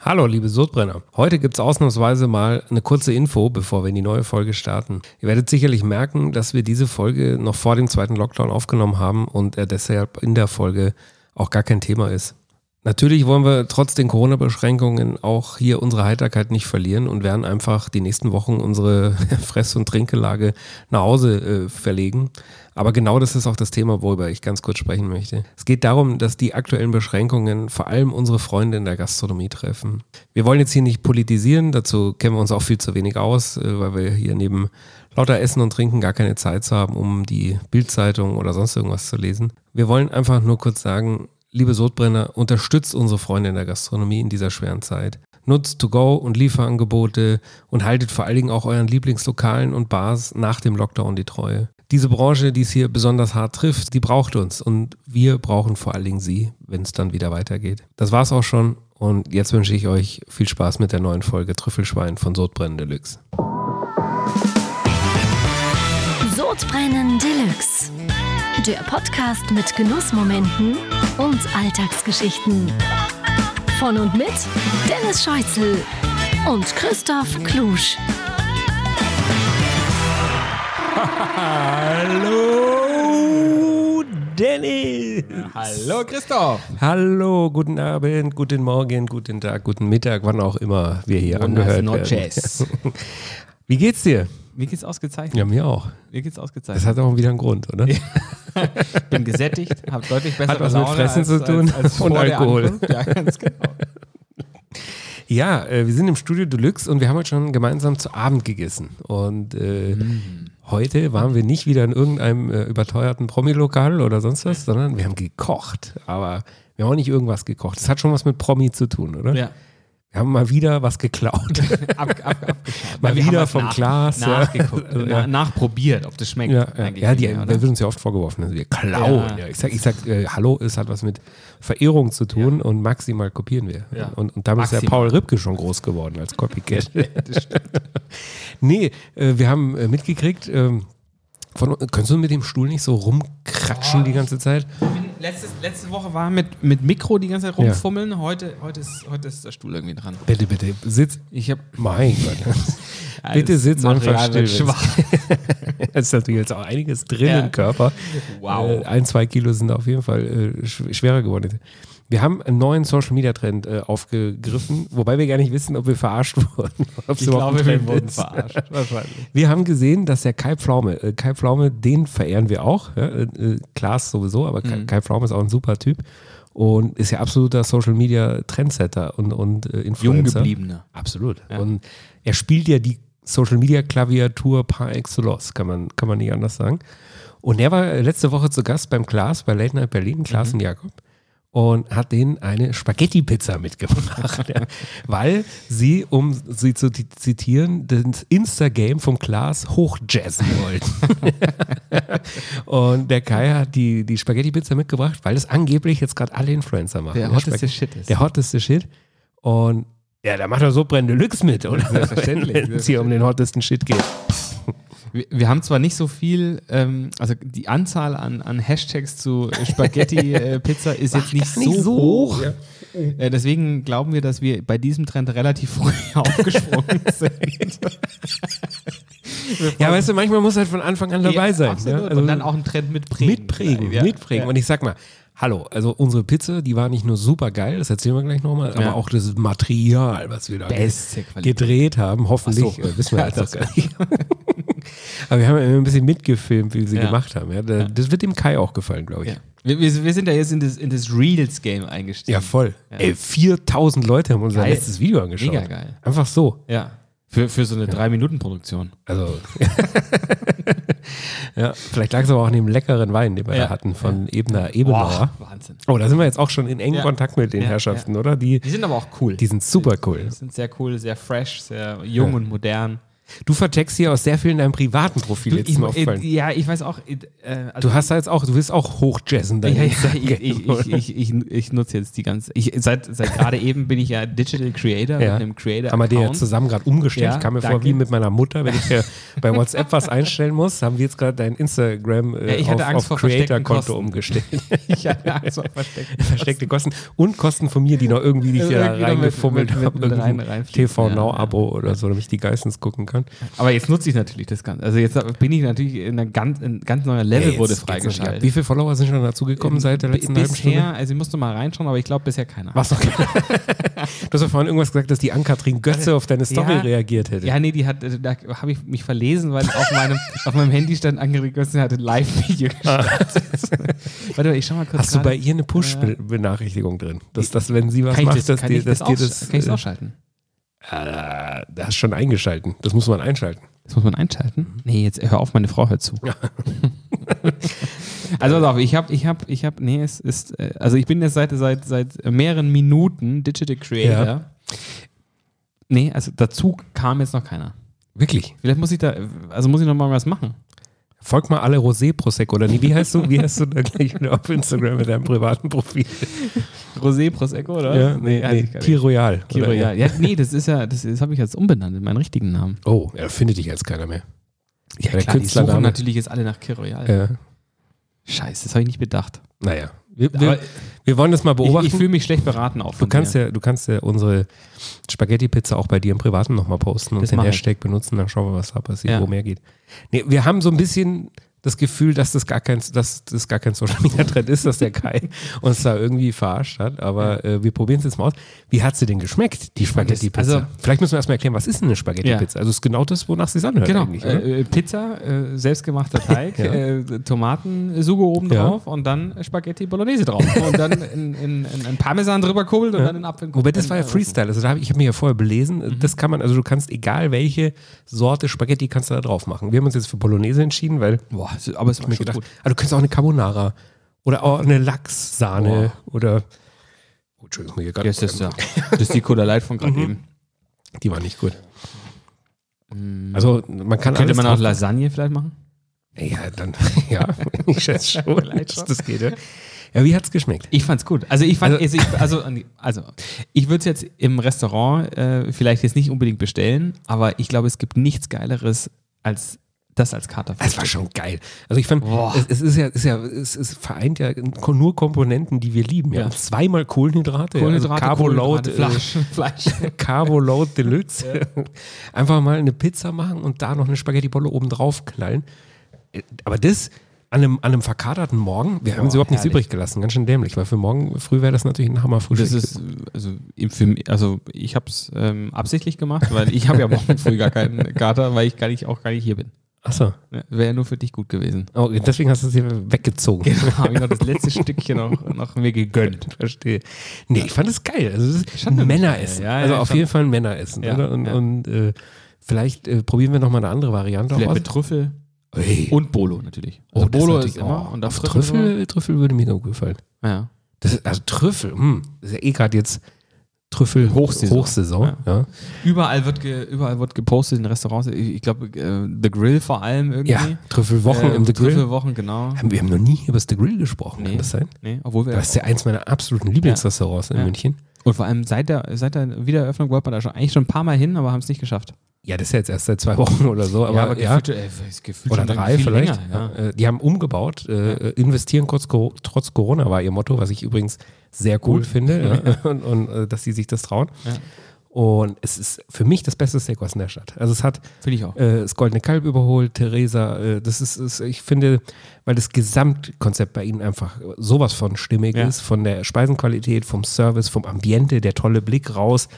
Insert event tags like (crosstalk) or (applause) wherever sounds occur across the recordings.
Hallo, liebe Sodbrenner. Heute gibt's ausnahmsweise mal eine kurze Info, bevor wir in die neue Folge starten. Ihr werdet sicherlich merken, dass wir diese Folge noch vor dem zweiten Lockdown aufgenommen haben und er deshalb in der Folge auch gar kein Thema ist. Natürlich wollen wir trotz den Corona-Beschränkungen auch hier unsere Heiterkeit nicht verlieren und werden einfach die nächsten Wochen unsere (laughs) Fress- und Trinkgelage nach Hause äh, verlegen. Aber genau das ist auch das Thema, worüber ich ganz kurz sprechen möchte. Es geht darum, dass die aktuellen Beschränkungen vor allem unsere Freunde in der Gastronomie treffen. Wir wollen jetzt hier nicht politisieren, dazu kennen wir uns auch viel zu wenig aus, äh, weil wir hier neben lauter Essen und Trinken gar keine Zeit zu haben, um die Bildzeitung oder sonst irgendwas zu lesen. Wir wollen einfach nur kurz sagen, liebe Sodbrenner, unterstützt unsere Freunde in der Gastronomie in dieser schweren Zeit. Nutzt To-Go und Lieferangebote und haltet vor allen Dingen auch euren Lieblingslokalen und Bars nach dem Lockdown die Treue. Diese Branche, die es hier besonders hart trifft, die braucht uns und wir brauchen vor allen Dingen sie, wenn es dann wieder weitergeht. Das war's auch schon und jetzt wünsche ich euch viel Spaß mit der neuen Folge Trüffelschwein von Sodbrennen Deluxe. Sodbrennen Deluxe. Der Podcast mit Genussmomenten und Alltagsgeschichten. Von und mit Dennis Scheuzel und Christoph Klusch. Hallo, Dennis. Hallo Christoph. Hallo, guten Abend, guten Morgen, guten Tag, guten Mittag, wann auch immer wir hier angehört werden. noches. Wie geht's dir? Mir geht's ausgezeichnet. Ja, mir auch. Mir geht's Das ausgezeichnet. hat auch wieder einen Grund, oder? Ich bin gesättigt, habe deutlich bessere Hat was mit Laune Fressen als, zu tun als, (laughs) als und vor der Alkohol. Ankunft. Ja, ganz genau. Ja, äh, wir sind im Studio Deluxe und wir haben heute schon gemeinsam zu Abend gegessen. Und äh, heute waren wir nicht wieder in irgendeinem äh, überteuerten Promi-Lokal oder sonst was, sondern wir haben gekocht. Aber wir haben auch nicht irgendwas gekocht. Das hat schon was mit Promi zu tun, oder? Ja. Wir haben mal wieder was geklaut. Ab, ab, abgeschaut. Mal Ja, wir wieder haben was vom Glas, ja. Nachgeguckt, Also, na, ja. nachprobiert, ob das schmeckt. Ja, ja. eigentlich ja die, mehr, da oder? wird uns ja oft vorgeworfen, dass wir klauen. Ja. Ja. Ich sag, ich sag äh, hallo, es hat was mit Verehrung zu tun und maximal kopieren wir. Ja. Und, und damit ist ja Maximal. Paul Ripke schon groß geworden als Copycat. (laughs) nee, äh, wir haben äh, mitgekriegt, ähm, von, kannst du mit dem Stuhl nicht so rumkratschen die ganze Zeit? Letztes, letzte Woche war mit, mit Mikro die ganze Zeit rumfummeln. Heute, heute, ist, heute ist der Stuhl irgendwie dran. Bitte, bitte, sitz. Ich habe Mein Gott. Bitte sitz einfach still. (laughs) Es ist natürlich jetzt auch einiges drin Ja. im Körper. Wow. Äh, ein, zwei Kilo sind auf jeden Fall äh, schw- schwerer geworden. Wir haben einen neuen Social Media Trend äh, aufgegriffen, wobei wir gar nicht wissen, ob wir verarscht (laughs) wurden. ob's Ich überhaupt ein glaube, wir Trend wurden ist. verarscht. Wahrscheinlich. Wir haben gesehen, dass der Kai Pflaume, äh, Kai Pflaume, den verehren wir auch. Ja? Äh, äh, Klaas sowieso, aber Kai, Mhm. Kai Pflaume ist auch ein super Typ und ist ja absoluter Social Media Trendsetter und, und äh, Influencer. Jung gebliebener. Absolut. Und er spielt ja die Social Media Klaviatur par excellence, kann man, kann man nicht anders sagen. Und er war letzte Woche zu Gast beim Klaas bei Late Night Berlin, Mhm. Klaas und Jakob. Und hat denen eine Spaghetti-Pizza (laughs) mitgebracht, ja, weil sie, um sie zu ti- zitieren, das Insta-Game vom Klaas hochjazzen (laughs) wollten. und der Kai hat die, die Spaghetti-Pizza mitgebracht, weil das angeblich jetzt gerade alle Influencer machen. Der Ja, hotteste Spag- Shit ist. Der hotteste Shit. Und ja, da macht er so brennende Lux mit, oder? Selbstverständlich, (laughs) Wenn es hier um den hottesten Shit geht. Wir, wir haben zwar nicht so viel, ähm, also die Anzahl an, an Hashtags zu (laughs) Spaghetti-Pizza ist jetzt nicht, nicht so so hoch. hoch. Äh, deswegen glauben wir, dass wir bei diesem Trend relativ früh (laughs) (laughs) aufgesprungen sind. Ja, weißt du, manchmal muss halt von Anfang an dabei sein. Absolut. Ja? Also Und dann auch einen Trend mitprägen. mitprägen, Ja. mitprägen. Ja. Und ich sag mal, hallo, also unsere Pizza, die war nicht nur super geil, das erzählen wir gleich nochmal, Ja. aber auch das Material, was wir da Beste Qualität. gedreht haben, hoffentlich, Ach so. äh, wissen wir Ja, jetzt das- noch gar nicht. (laughs) aber wir haben ja immer ein bisschen mitgefilmt, wie wir sie Ja. gemacht haben. Ja? Da- Das wird dem Kai auch gefallen, glaube ich. Ja. Ja. Wir, wir, wir sind ja jetzt in das, in das Reels-Game eingestiegen. voll. Ey, 4000 Leute haben unser Ähm, Geil. letztes Video angeschaut. Mega geil. Einfach so. Ja. Für, für so eine drei minuten produktion (laughs) Also. ja, vielleicht lag es aber auch an dem leckeren Wein, den wir Ja. da hatten von Ebner Ebenauer. Wahnsinn. Oh, da sind wir jetzt auch schon in engem Ja. Kontakt mit den Ja, Herrschaften, oder? Die, Die sind aber auch cool. die sind super cool. Die sind sehr cool, sehr fresh, sehr jung und modern. Du vercheckst hier auch sehr viel in deinem privaten Profil Du, jetzt ich, mal auffallen. äh, ja, ich weiß auch. Äh, also du hast da jetzt auch, du willst auch hochjazzen. Ja, dein ja, ich, Instagram, ich, oder? ich, ich, ich, ich nutze jetzt die ganze. Ich, seit seit gerade eben bin ich ja Digital Creator Ja. mit einem Creator. haben wir den ja Account. zusammen gerade umgestellt. Ja, ich kam mir da vor, wie gibt's- mit meiner Mutter, wenn ich (laughs) hier bei WhatsApp was einstellen muss, haben wir jetzt gerade dein Instagram äh, Ja, ich hatte auf, Angst auf vor versteckten Creator-Konto Kosten. umgestellt. (laughs) (laughs) Ich hatte Angst vor versteckten Versteckte Kosten und Kosten von mir, die noch irgendwie (laughs) nicht da Irgendwie noch Genau, mit- reingefummelt mit- mit- haben. mit rein- Irgendein reinfliegen. TV Ja, Now ja. Abo oder so, damit ich die Geistens gucken kann. Aber jetzt nutze ich natürlich das Ganze. Also jetzt bin ich natürlich in einer ganz, in ein ganz neuer Level Ey, wurde jetzt geht's natürlich ab. freigeschaltet. Wie viele Follower sind schon dazugekommen seit der B- letzten halben bisher, Stunde? also ich musste mal reinschauen, aber ich glaube bisher keiner. Was noch? (laughs) du hast ja vorhin irgendwas gesagt, dass die Ann-Kathrin Götze auf deine Story Äh, Ja. reagiert hätte. Ja, nee, die hat, äh, da habe ich mich verlesen, weil auf meinem, (laughs) auf meinem Handy stand Angrid Götzen hatte ein Live-Video gestartet. (laughs) Warte mal, ich schau mal kurz. Ah. Hast du bei gerade. äh, ihr eine Push-Benachrichtigung drin? Dass, dass wenn sie was kann ich macht, das, dass kann dir ich das, dass dir aussch- das. kann ich das ausschalten? äh, das hast schon eingeschalten. Das muss man einschalten. Das muss man einschalten? Nee, jetzt hör auf, meine (laughs) Frau hört zu. also pass auf, ich habe, ich habe, ich habe, nee, es ist, äh, also ich bin jetzt seit, seit, seit mehreren Minuten Digital Creator. Nee, also dazu kam jetzt noch keiner. Wirklich. Vielleicht muss ich da, also muss ich noch mal was machen. Folgt mal alle Rosé Prosecco oder nie. Wie heißt du? Wie heißt du da gleich wieder auf Instagram mit deinem privaten Profil? Rosé Prosecco, oder? Ja, nee, weiß nee, ich gar nicht. Key Royal. Kiro, oder? ja. ja. Nee, das ist ja, das, das habe ich jetzt umbenannt in meinen richtigen Namen. Oh, ja, findet dich jetzt keiner mehr. der Ja, klar, die Künstlername. suchen natürlich jetzt alle nach Kiroyal. Äh, Scheiße, das habe ich nicht bedacht. naja. Wir, Aber wir, wir wollen das mal Ich, beobachten. ich fühle mich schlecht beraten auf. du, kannst ja, du kannst ja unsere Spaghetti-Pizza auch bei dir im Privaten nochmal posten und Das den mach ich. Hashtag benutzen, dann schauen wir, was da passiert, Ja. wo mehr geht. Nee, wir haben so ein bisschen das Gefühl, dass das gar kein, dass das gar kein Social Media Trend ist, dass der (laughs) Kai uns da irgendwie verarscht hat. Aber äh, wir probieren es jetzt mal aus. Wie hat sie denn geschmeckt, die Spaghetti-Pizza? also- Vielleicht müssen wir erstmal erklären, was ist denn eine Spaghetti-Pizza? Also es ist genau das, wonach sie es anhört Genau, eigentlich. Oder? äh, äh, Pizza, äh, selbstgemachter Teig, (laughs) Ja. äh, Tomaten-Sugo oben Ja. drauf und dann Spaghetti Bolognese (laughs) drauf. und dann in, in, in, in Parmesan drüber kurbelt Äh, und dann in Apfel Wobei das war ja Freestyle. Also da hab ich, ich habe mir ja vorher belesen, Mhm. das kann man, also du kannst egal welche Sorte Spaghetti kannst du da drauf machen. Wir haben uns jetzt für Bolognese entschieden, weil Boah, es- aber es war mir schon gedacht, gut. ah, du kannst auch eine Carbonara oder auch eine Lachssahne oder oh, Entschuldigung, mir hier gerade- Ja, es ist, ja. Das ist die Cola Light von gerade eben. die war nicht gut. Also man kann Könnte alles man auch drauf- Lasagne vielleicht machen? Ja, dann (laughs) ja, ich schätze (laughs) schon, dass das geht. Ja, ja wie hat's geschmeckt? Ich fand's gut. Also ich fand, Also- also, ich, also, also ich würde es jetzt im Restaurant äh, vielleicht jetzt nicht unbedingt bestellen, aber ich glaube, es gibt nichts Geileres als das als Kater. Es war schon geil. Also ich fand, Boah. es, es ist ja, es ist ja es, es vereint ja nur Komponenten, die wir lieben. Ja. Ja. Zweimal Kohlenhydrate, Kohlenhydrate, also Carboload, Kohlenhydrate, äh, Fleisch, (laughs) Fleisch. Carboload Deluxe. (laughs) Einfach mal eine Pizza machen und da noch eine Spaghetti Bolle oben drauf knallen. Äh, Aber das an einem, an einem verkaderten Morgen, wir haben uns Boah, überhaupt nichts herrlich. übrig gelassen, ganz schön dämlich, weil für morgen früh wäre das natürlich ein Hammerfrühstück. Das ist also im Film, also ich habe es ähm, absichtlich gemacht, weil ich habe ja morgen (laughs) früh gar keinen Kater, weil ich gar nicht auch gar nicht hier bin. Achso, Ne? Wäre ja nur für dich gut gewesen. (laughs) oh, deswegen hast du es hier weggezogen. habe Genau, ich noch das letzte Stückchen noch, noch mir gegönnt. Verstehe. Nee, ich fand es geil. Also, es ist Schon eine- Männeressen. Ja, ja, also, auf schon. jeden Fall ein Männeressen. Ja, oder? Und, ja. und äh, vielleicht äh, probieren wir nochmal eine andere Variante Vielleicht auch aus. mit Trüffel Hey. und Bolo natürlich. Oh, das Bolo natürlich- ist immer oh, und dann auf Trüffel, Trüffel würde mir noch gefallen. Ja. Das ist, also, Trüffel, hm, das ist ja eh gerade jetzt Trüffel Hochsaison. Hochsaison, ja. Überall wird, ge, überall wird gepostet in Restaurants. Ich, ich glaube, äh, The Grill vor allem irgendwie. Ja, Trüffelwochen Äh, im The Grill. Trüffelwochen, genau. Haben, wir haben noch nie über das The Grill gesprochen, Nee. kann das sein? Nee, obwohl wir Das ist ja eins meiner absoluten Lieblingsrestaurants in Ja. München. Und vor allem seit der, seit der Wiedereröffnung wollte man da schon eigentlich schon ein paar Mal hin, aber haben es nicht geschafft. Ja, das ist ja jetzt erst seit zwei (laughs) Wochen oder so, aber ja. gefühlt, äh, ist gefühlt oder schon drei viel vielleicht. Länger, ja. Äh, Die haben umgebaut. äh, äh, Investieren kurz, Co- trotz Corona war ihr Motto, was ich übrigens sehr cool finde ja. (laughs) und, und äh, dass sie sich das trauen. Ja. Und es ist für mich das beste Steakhouse in der Stadt. Also es hat Finde ich auch. äh, das Goldene Kalb überholt, Theresa. Äh, das ist, ist, ich finde, weil das Gesamtkonzept bei ihnen einfach sowas von stimmig Ja. ist, von der Speisenqualität, vom Service, vom Ambiente, der tolle Blick raus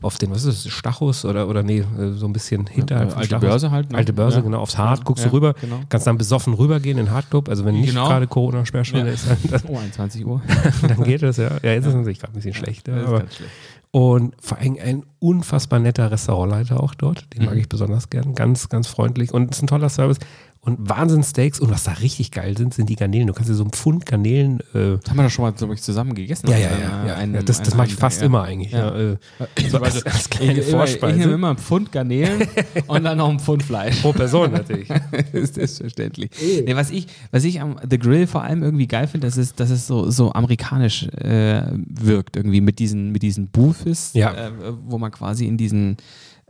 auf den, was ist das, Stachus oder, oder nee, äh, so ein bisschen hinterhalb äh, vom alte Stachus. Börse halt, ne? Alte Börse, Ja. genau, aufs Hart, guckst Ja, du rüber, genau. kannst dann besoffen rübergehen in den Hardclub, also wenn nicht Genau. gerade Corona-Sperrstunde (laughs) Ja. ist, dann, Oh, 21 Uhr. dann (laughs) geht das, ja. Ja, jetzt ist es natürlich gerade ein bisschen schlecht. Ja, Das ist aber, ganz schlecht. und vor allem ein Mhm. unfassbar netter Restaurantleiter auch dort. Den mag ich besonders gern. Ganz, ganz freundlich. Und es ist ein toller Service. Und und Wahnsinnsteaks. Und was da richtig geil sind, sind die Garnelen. Du kannst dir so einen Pfund Garnelen. Äh, Das haben wir doch schon mal glaub ich, zusammen gegessen. ja, Auf ja, einer- ja, ja. einem- ja das das einem mache ich Abend, fast ja. immer eigentlich. Ja. Ja. äh, so (laughs) als, als Ich, kleine ich, ich nehme Vorspeise. immer einen Pfund (laughs) Garnelen und dann noch einen Pfund Fleisch. (laughs) Pro Person natürlich. ist selbstverständlich. Nee, was, ich, was ich am The Grill vor allem irgendwie geil finde, das ist, dass es so, so amerikanisch äh, wirkt, irgendwie mit diesen, mit diesen Booths, Ja. äh, wo man quasi in diesen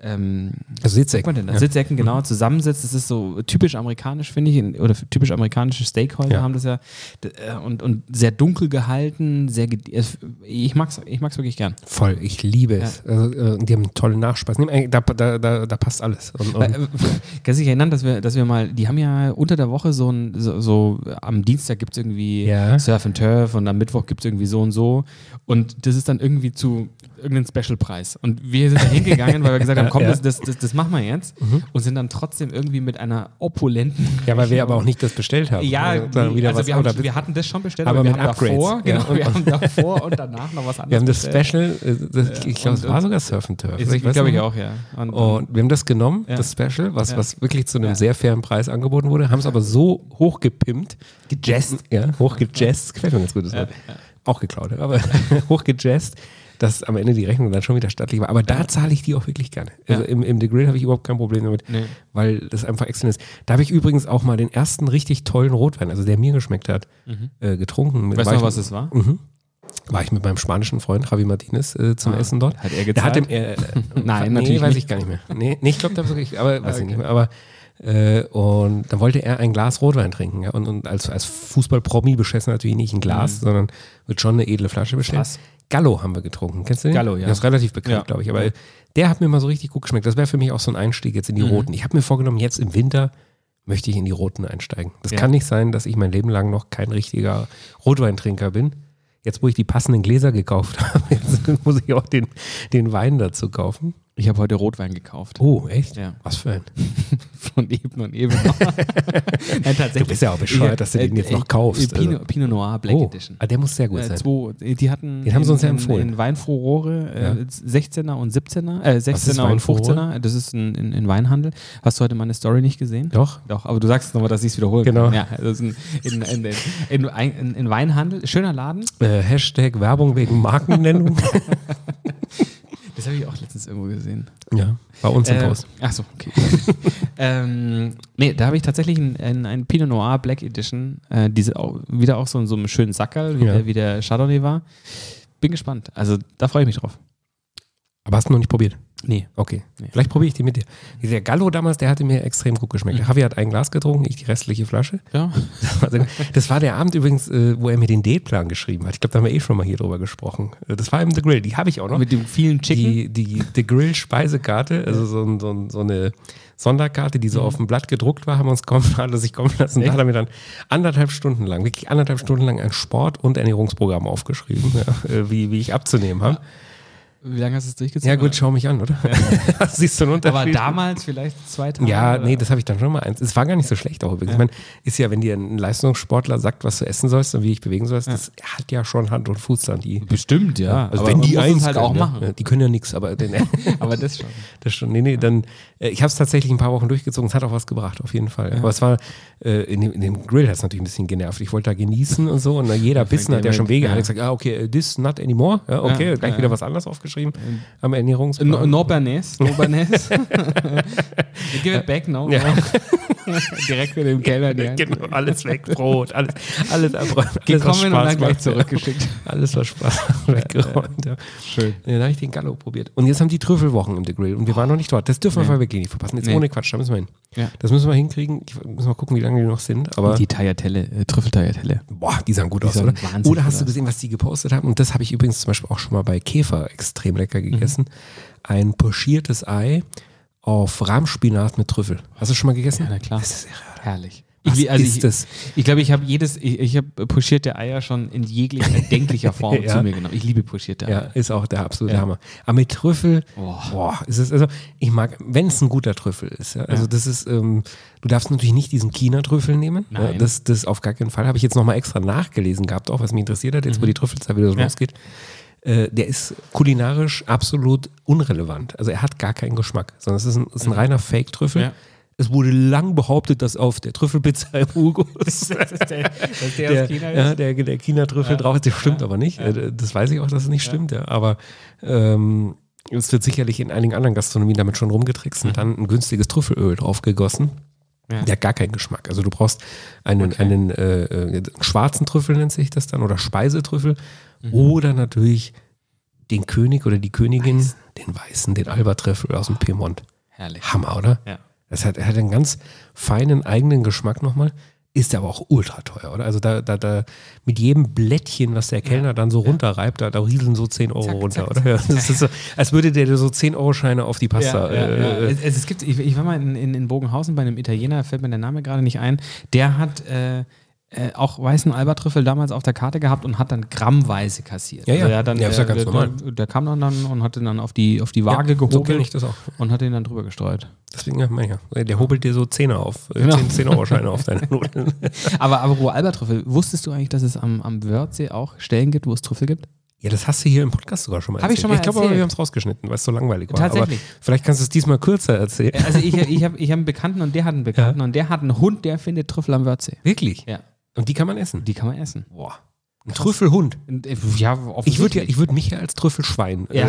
ähm, Also sagt Sitzecken. man denn da? Ja. Mhm. Sitzecken genau zusammensitzt. Das ist so typisch amerikanisch, finde ich, in- oder typisch amerikanische Steakhäuser Ja. haben das ja d- äh, und, und sehr dunkel gehalten, sehr ged- äh, ich mag's, ich mag's wirklich gern. Voll, ich liebe es. Also, äh, die haben tolle Nachspeisen. Nee, eigentlich, Da, da, da, da passt alles. Und, Weil, und, äh, (laughs) Kannst du dich erinnern, dass wir, dass wir mal, die haben ja unter der Woche so ein, so, so äh, am Dienstag gibt es irgendwie Ja. Surf and Turf und am Mittwoch gibt es irgendwie so und so. Und das ist dann irgendwie zu irgendeinem Specialpreis. Und wir sind da hingegangen, weil wir (laughs) gesagt haben, komm, Ja. Mhm. das, das, das, das machen wir jetzt. Und sind dann trotzdem irgendwie mit einer opulenten. ja, weil wir aber auch nicht das bestellt haben. Ja, also, dann nee, wieder also was wir, haben, anderes. wir hatten das schon bestellt, Aber wir mit haben Upgrades, davor, ja. genau, wir haben davor und danach noch was anderes. Wir haben das bestellt. Special, äh, das, ich glaube, es und- war und- sogar Surf and Turf. Ist- weiß Glaube ich nicht. auch, ja. Und, Oh, ähm, Und wir haben das genommen, Ja. das Special, was, Ja. was wirklich zu einem Ja. sehr fairen Preis angeboten wurde, haben es aber so hochgepimpt, gejazzt, ja, hochgejazzt, gefällt mir ein ganz gutes Wort. Auch geklaut, aber (laughs) hochgejazzt, dass am Ende die Rechnung dann schon wieder stattlich war. Aber da zahle ich die auch wirklich gerne. Also im, im The Grill habe ich überhaupt kein Problem damit, Nee. weil das einfach exzellent ist. Da habe ich übrigens auch mal den ersten richtig tollen Rotwein, also der mir geschmeckt hat, äh, getrunken. Mit Mhm. weißt du noch, weichem- was es war? Mhm. war ich mit meinem spanischen Freund Javi Martinez äh, zum Essen dort. Ah, Hat er gezahlt? Der hat im, äh, (laughs) Nein, nee, natürlich weiß nicht. ich gar nicht mehr. Nee, nee ich glaube, da hab ich, aber weiß ich nicht mehr. Aber äh, und dann wollte er ein Glas Rotwein trinken. Ja? Und, und als, als Fußballpromi beschessen natürlich nicht ein Glas, sondern wird schon eine edle Flasche bestellt. Mhm. Krass. Gallo haben wir getrunken. Kennst du den? Gallo, ja. Das ist relativ bekannt, Ja. glaube ich. Aber der hat mir mal so richtig gut geschmeckt. Das wäre für mich auch so ein Einstieg jetzt in Mhm. die Roten. Ich habe mir vorgenommen, jetzt im Winter möchte ich in die Roten einsteigen. Das Ja. kann nicht sein, dass ich mein Leben lang noch kein richtiger Rotweintrinker bin. Jetzt, wo ich die passenden Gläser gekauft (laughs) habe, jetzt muss ich auch den, den Wein dazu kaufen. Ich habe heute Rotwein gekauft. Oh, echt? Ja. Was für ein? von eben und eben. (laughs) Nein, tatsächlich. Du bist ja äh, auch bescheuert, dass du den jetzt noch kaufst, Äh, Pinot, also. Pinot Noir Black Oh, Edition. ah, der muss sehr gut Äh, sein. zwei, die hatten Den haben sie uns ja empfohlen. In, in Weinfrohrohre äh, 16er und 17er, äh, 16er und Weinfrohrohre? 15er. Das ist ein, in, in Weinhandel. Hast du heute meine Story nicht gesehen? Doch. Doch, aber du sagst es nochmal, dass ich es wiederholen Genau. kann. Ja, das ist ein, in, in, in, in, in, in Weinhandel. Schöner Laden. Äh, Hashtag Werbung wegen Markennennung. (laughs) Das habe ich auch letztens irgendwo gesehen. ja, bei uns Äh. im Post. Achso, okay. (laughs) ähm, nee, da habe ich tatsächlich einen, einen, einen Pinot Noir Black Edition, äh, diese auch, wieder auch so in so einem schönen Sackerl, wie, Ja. der, wie der Chardonnay war. Bin gespannt. Also da freue ich mich drauf. Aber hast du noch nicht probiert? Nee. Okay. Nee. Vielleicht probiere ich die mit dir. Der Gallo damals, der hatte mir extrem gut Mhm. geschmeckt. Der Javi hat ein Glas getrunken, ich die restliche Flasche. (laughs) Ja. Also, Das war der Abend übrigens, äh, wo er mir den Dateplan geschrieben hat. Ich glaube, da haben wir eh schon mal hier drüber gesprochen. Äh, Das war im The Grill, die habe ich auch noch. Mit dem vielen Chicken. Die, die, die Grill-Speisekarte, also so, ein- so, ein- so eine Sonderkarte, Mhm. die so auf dem Blatt gedruckt war, haben wir uns kommen, (laughs) hat er sich kommen lassen. Da hat er mir dann anderthalb Stunden lang, wirklich anderthalb Stunden lang ein Sport- und Ernährungsprogramm aufgeschrieben, (laughs) ja, äh, wie, wie ich abzunehmen habe. Wie lange hast du es durchgezogen? Ja gut, schau mich an, oder? (laughs) Siehst du einen Unterschied? Aber damals vielleicht zwei Tage. Ja, oder? nee, das habe ich dann schon mal eins. Es war gar nicht so schlecht auch übrigens. Ich meine, ist ja, wenn dir ein Leistungssportler sagt, was du essen sollst und wie ich bewegen sollst, das hat ja schon Hand und Fuß dann die. Bestimmt, ja. Also aber wenn man die muss es eins halt können, auch ne? machen. Ja, die können ja nichts, aber (laughs) den, (laughs) Aber das schon. das schon. Nee, nee, dann äh, ich habe es tatsächlich ein paar Wochen durchgezogen. Es hat auch was gebracht auf jeden Fall. Aber es war äh, in, dem, in dem Grill hat es natürlich ein bisschen genervt. Ich wollte da genießen und so und dann jeder Bissen hat ja der schon mit- Wege. ja. Hat gesagt, ah okay, äh, this not anymore. Ja, okay, Ja, gleich ja, wieder ja. was anderes aufgeschrieben am Ernährungsplan. No, no Bernays. No (laughs) Bernays. Give it back, no. Ja. (laughs) Direkt mit dem (laughs) Kellner. die Hand. Genau, alles weg, Brot, alles, alles (laughs) abräumen. Alles, was Gekommen und Spaß dann gleich macht. zurückgeschickt. Alles was (laughs) Spaß macht, weggeräumt. Ja. Schön. Und Dann habe ich den Gallo probiert. Und jetzt haben die Trüffelwochen im The Grill und wir waren noch nicht dort. Das dürfen wir wir wirklich nicht verpassen. Jetzt Nee. ohne Quatsch, da müssen wir hin. Ja. Das müssen wir hinkriegen. Ich, müssen wir gucken, wie lange die noch sind. Aber Die Tagliatelle, äh, Trüffeltagliatelle. boah, die sahen gut aus, sahen oder? wahnsinnig Oder gut hast du aus. gesehen, was die gepostet haben? Und das habe ich übrigens zum Beispiel auch schon mal bei Käfer extrem lecker gegessen. Ein pochiertes Ei auf Rahmspinat mit Trüffel. Hast du schon mal gegessen? Ja, na klar. Das ist irre. Herrlich. Was ich, also ist ich, das? Ich glaube, ich habe jedes, ich, ich habe pochierte Eier schon in jeglicher (laughs) erdenklicher Form Ja. zu mir genommen. Ich liebe pochierte Ja, Eier. ist auch der absolute Ja. Hammer. Aber mit Trüffel, boah, Boah. ist es, also ich mag, wenn es ein guter Trüffel ist, ja, also das ist, ähm, du darfst natürlich nicht diesen China-Trüffel nehmen. Ja, Nein. das, das auf gar keinen Fall. Habe ich jetzt nochmal extra nachgelesen gehabt, auch was mich interessiert hat, jetzt wo die Trüffelzeit wieder so Mhm. Ja. losgeht. Äh, der ist kulinarisch absolut unrelevant. Also er hat gar keinen Geschmack, sondern es ist ein, ist ein reiner Fake-Trüffel. Mhm. Ja. Es wurde lang behauptet, dass auf der Trüffelpizza (laughs) im Hugo (laughs) der, dass der, der, aus China ist. ja, der, der China-Trüffel Ja. drauf ist. Das stimmt Ja. aber nicht. Äh, Das weiß ich auch, dass es nicht stimmt. Ja. Aber ähm, es wird sicherlich in einigen anderen Gastronomien damit schon rumgetrickst und dann ein günstiges Trüffelöl draufgegossen. Mhm. Ja. Der hat gar keinen Geschmack. Also du brauchst einen, einen äh, äh, schwarzen Trüffel, nennt sich das dann, oder Speisetrüffel. Mhm. Oder natürlich den König oder die Königin, den weißen, den Alba-Trüffel aus dem Piemont. Herrlich. Hammer, oder? Ja. Das hat, hat einen ganz feinen eigenen Geschmack nochmal. Ist aber auch ultra teuer, oder? Also da, da, da mit jedem Blättchen, was der Kellner dann so runterreibt, da, da rieseln so 10 Euro Zack, runter, zack, oder? Ja, (laughs) das ist so, als würde der dir so 10-Euro-Scheine auf die Pasta. Ja, äh, ja, ja. äh, Es, es gibt, ich, ich war mal in, in, in Bogenhausen bei einem Italiener, fällt mir der Name gerade nicht ein, der hat äh, äh, auch weißen Albatrüffel damals auf der Karte gehabt und hat dann grammweise kassiert. Ja, ja. der, hat dann, äh, Ja, ist ja ganz der, normal. Der, der kam dann, dann und hat ihn dann auf die, auf die Waage ja, So kenne ich gehobelt das auch. und hat ihn dann drüber gestreut. äh, Deswegen, ja, mein ja. Der hobelt dir so Zehner auf, äh, Genau. 10 Zehn-Euro-Scheine auf (laughs) deine Nudeln. aber aber wo Albatrüffel, wusstest du eigentlich, dass es am, am Wörthsee auch Stellen gibt, wo es Trüffel gibt? Ja, das hast du hier im Podcast sogar schon mal Hab ich schon mal Ich glaube aber, erzählt. wir haben es rausgeschnitten, weil es so langweilig war. Tatsächlich. Aber vielleicht kannst du es diesmal kürzer erzählen. Also ich, ich habe ich hab einen Bekannten und der hat einen Bekannten und der hat einen Hund, der findet Trüffel am Wörthsee. Wirklich? Ja. Und die kann man essen? Die kann man essen. Boah. Ein Trüffelhund. Und, äh, Ja, Ich würde ja, offensichtlich. ich würd mich ja als Trüffelschwein äh, Ja. (laughs)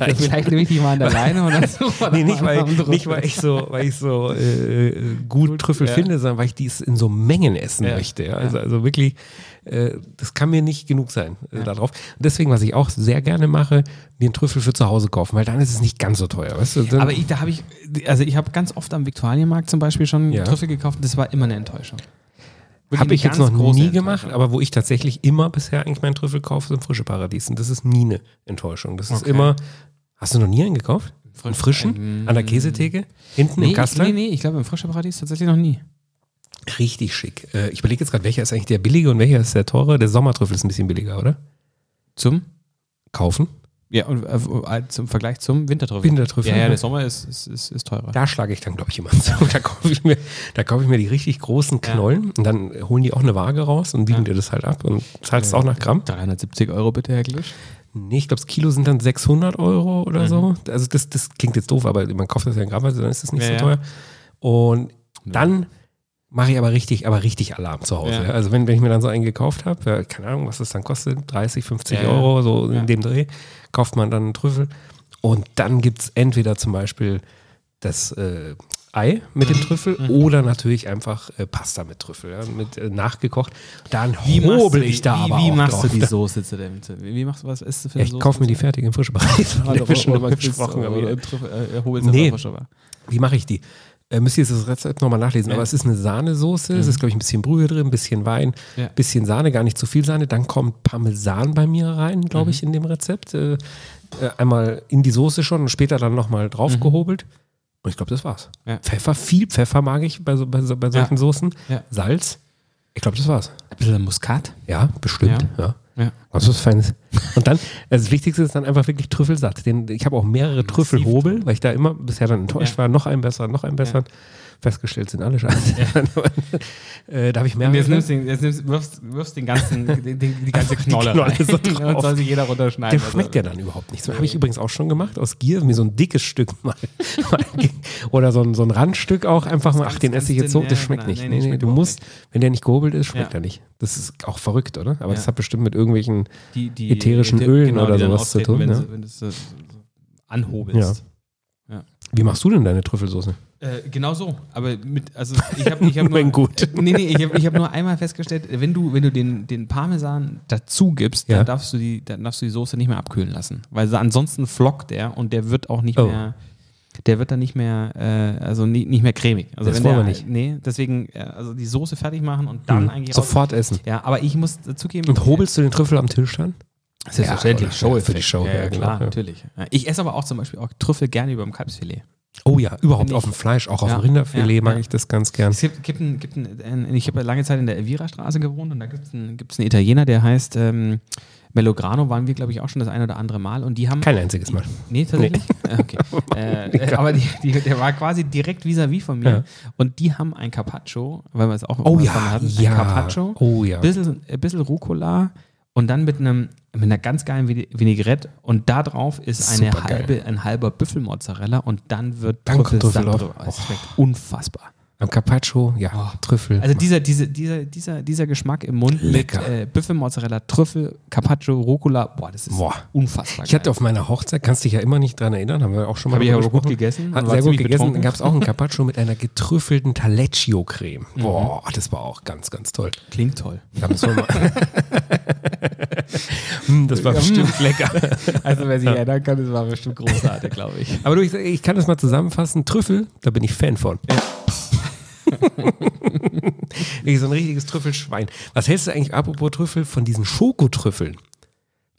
Ja, vielleicht nehme ich dich mal an der Leine (laughs) und dann suchen wir Nee, nach nicht weil, einem anderen. nicht weil ich so, weil ich so äh, äh, gut, Trüffel ja. finde, sondern weil ich dies in so Mengen essen Ja, möchte. Ja. Also, also wirklich, äh, das kann mir nicht genug sein äh, darauf. Und deswegen, was ich auch sehr gerne mache, mir einen Trüffel für zu Hause kaufen, weil dann ist es nicht ganz so teuer. Weißt du? Dann, Aber ich, da habe ich, also ich habe ganz oft am Viktualienmarkt zum Beispiel schon Ja. Trüffel gekauft und das war immer eine Enttäuschung. Wirklich Habe eine ich jetzt noch ganz große nie gemacht, Enttäuschung. aber wo ich tatsächlich immer bisher eigentlich meinen Trüffel kaufe, sind frische Paradies. Und das ist nie eine Enttäuschung. Das ist Okay. immer. Hast du noch nie einen gekauft? Einen frischen? An der Käsetheke? Hinten Nee, im ich, Kasten? nee, nee, ich glaube im Frischer Paradies tatsächlich noch nie. Richtig schick. Äh, ich überlege jetzt gerade, welcher ist eigentlich der billige und welcher ist der teure. Der Sommertrüffel ist ein bisschen billiger, oder? Zum? Kaufen. Ja, und äh, äh, zum Vergleich zum Wintertrüffel. Wintertrüffel. Ja, ja, der Sommer ist, ist, ist, ist teurer. da schlage ich dann, glaube ich, immer (laughs) zu. Da kaufe ich, mir- da kaufe ich mir die richtig großen Ja. Knollen und dann holen die auch eine Waage raus und wiegen dir das halt ab und zahlst auch nach Gramm. 370 Euro bitte, Herr Glisch. Nee, ich glaube, das Kilo sind dann 600 Euro oder so. Also das, das klingt jetzt doof, aber man kauft das ja in Gramm, also dann ist das nicht Mhm. Ja, ja. so teuer. Und dann mache ich aber richtig, aber richtig Alarm zu Hause. Ja. Ja. Also wenn, wenn ich mir dann so einen gekauft habe, ja, keine Ahnung, was das dann kostet, 30, 50 Ja, ja. Euro, so Ja. in dem Dreh, kauft man dann einen Trüffel. Und dann gibt es entweder zum Beispiel das äh, Ei mit dem Trüffel Mhm. oder natürlich einfach äh, Pasta mit Trüffel, ja, mit äh, nachgekocht. Dann hobel ich da wie, aber wie auch machst drauf. du die Soße zu dem? zu- Wie, wie machst du was? Ist das für Ja, eine ich Soße? kaufe mir die fertig im (laughs) frischen Preis. Oder- Haben wir schon oder- drüber (laughs) oder- gesprochen, aber oder- ja. Trüffel- äh, Hobbits Nee. einfach schon mal. Wie mache ich die? Äh, müsst ihr jetzt das Rezept nochmal nachlesen. Aber Ja. es ist eine Sahnesoße. Es ist, glaube ich, ein bisschen Brühe drin, ein bisschen Wein, ein Ja. bisschen Sahne, gar nicht zu viel Sahne. Dann kommt Parmesan bei mir rein, glaube ich, Mhm. in dem Rezept. Äh, äh, einmal in die Soße schon und später dann nochmal draufgehobelt. Und ich glaube, das war's. Mhm. Ja. Pfeffer, viel Pfeffer mag ich bei, so, bei, so, bei solchen Soßen. Ja. Salz. Ich glaube, das war's. Ein bisschen Muskat. Ja, bestimmt. Ja. Ja. Was was Feines. Und dann, also das Wichtigste ist dann einfach wirklich Trüffelsatt. Den, ich habe auch mehrere Trüffelhobel, weil ich da immer bisher dann enttäuscht Ja. war. Noch ein besser, noch ein besser. Festgestellt sind alle scheiße. (laughs) äh, da habe ich Und jetzt, mehrere. nimmst du den, jetzt nimmst, wirfst, wirfst den (laughs) ganzen, den, den, die ganze Einfach die Knolle, Knolle so rein. drauf. (laughs) Und soll sich jeder runterschneiden. Also Dem schmeckt ja dann überhaupt nichts. Habe ich übrigens auch schon gemacht, aus Gier, mir so ein dickes Stück (laughs) mal. mal ge- Oder so ein, so ein Randstück auch einfach mal. ganz- Ach, den ganz esse ich jetzt so. dünn, Das ja, schmeckt genau. nicht. Nee, Nee, nee, nee, schmeckt du überhaupt musst, wenn der nicht gehobelt ist, schmeckt Ja. er nicht. Das ist auch verrückt, oder? Aber Ja. das hat bestimmt mit irgendwelchen die, die, genau, ätherischen Ölen oder die dann sowas zu auftreten, tun, Wenn, ja. sie- wenn du es so, so anhobelst. Wie machst du denn deine Trüffelsoße? Äh, genau so. Aber mit, also ich habe (laughs) ich hab Nur in gut. (laughs) Nee, nee, ich habe ich hab nur einmal festgestellt, wenn du, wenn du den, den Parmesan dazu gibst, Ja. dann, darfst du die, dann darfst du die Soße nicht mehr abkühlen lassen. Weil so- ansonsten flockt der und der wird auch nicht Oh. mehr. Der wird dann nicht mehr, äh, also nie, nicht mehr cremig. Also Das wenn wollen der, wir nicht. Nee, deswegen, äh, also die Soße fertig machen und dann Hm. eigentlich raus- Sofort essen. Ja, aber ich muss zugeben. Und hobelst du den Trüffel am Tisch dann? Selbstverständlich, Ja, Show für die Show, Ja, ja, ja, klar, genau, ja. natürlich. Ja, Ich esse aber auch zum Beispiel auch Trüffel gerne über dem Kalbsfilet. Oh ja, überhaupt Finde auf ich- dem Fleisch, auch auf Ja, dem Rinderfilet ja, mag ja. ich das ganz gern. Es gibt, gibt, ein, gibt ein, ein, ich habe lange Zeit in der Elvira-Straße gewohnt und da gibt es einen, gibt's einen Italiener, der heißt ähm, Melograno, waren wir, glaube ich, auch schon das ein oder andere Mal. Und die haben. Kein einziges Mal. Nee, tatsächlich? (laughs) Äh, (laughs) Okay. äh, äh, aber die, die, der war quasi direkt vis-à-vis von mir. Ja. Und die haben ein Carpaccio, weil wir es auch Oh was ja, davon hatten, ja. ein Carpaccio, Oh ja. bisschen, ein bisschen Rucola und dann mit einem mit einer ganz geilen Vine- Vinaigrette und da drauf ist eine Supergeil. halbe, ein halber Büffelmozzarella und dann wird Dann kommt Trüffelsalat Trüffel Oh. auf. drüber. Also Es schmeckt unfassbar. Am Carpaccio, ja, Trüffel. Also dieser, diese, dieser, dieser, dieser Geschmack im Mund Lecker. mit äh, Büffelmozzarella, Trüffel, Carpaccio, Rucola, boah, das ist Boah. unfassbar ich hatte auf meiner Hochzeit, kannst dich ja immer nicht dran erinnern, haben wir auch schon mal Hab ich drüber aber gut gesprochen. gegessen, Hat war sehr gut ziemlich gegessen. Dann betrunken. gab es auch (laughs) einen Carpaccio mit einer getrüffelten Taleggio-Creme. Mhm. Boah, das war auch ganz, ganz toll. klingt toll. Da müssen wir mal. (laughs) Hm, das war bestimmt lecker. Also wer sich erinnern kann, das war bestimmt großartig, glaube ich. Aber du, ich, ich kann das mal zusammenfassen. Trüffel, da bin ich Fan von. (laughs) ich so ein richtiges Trüffelschwein. Was hältst du eigentlich, apropos Trüffel, von diesen Schokotrüffeln?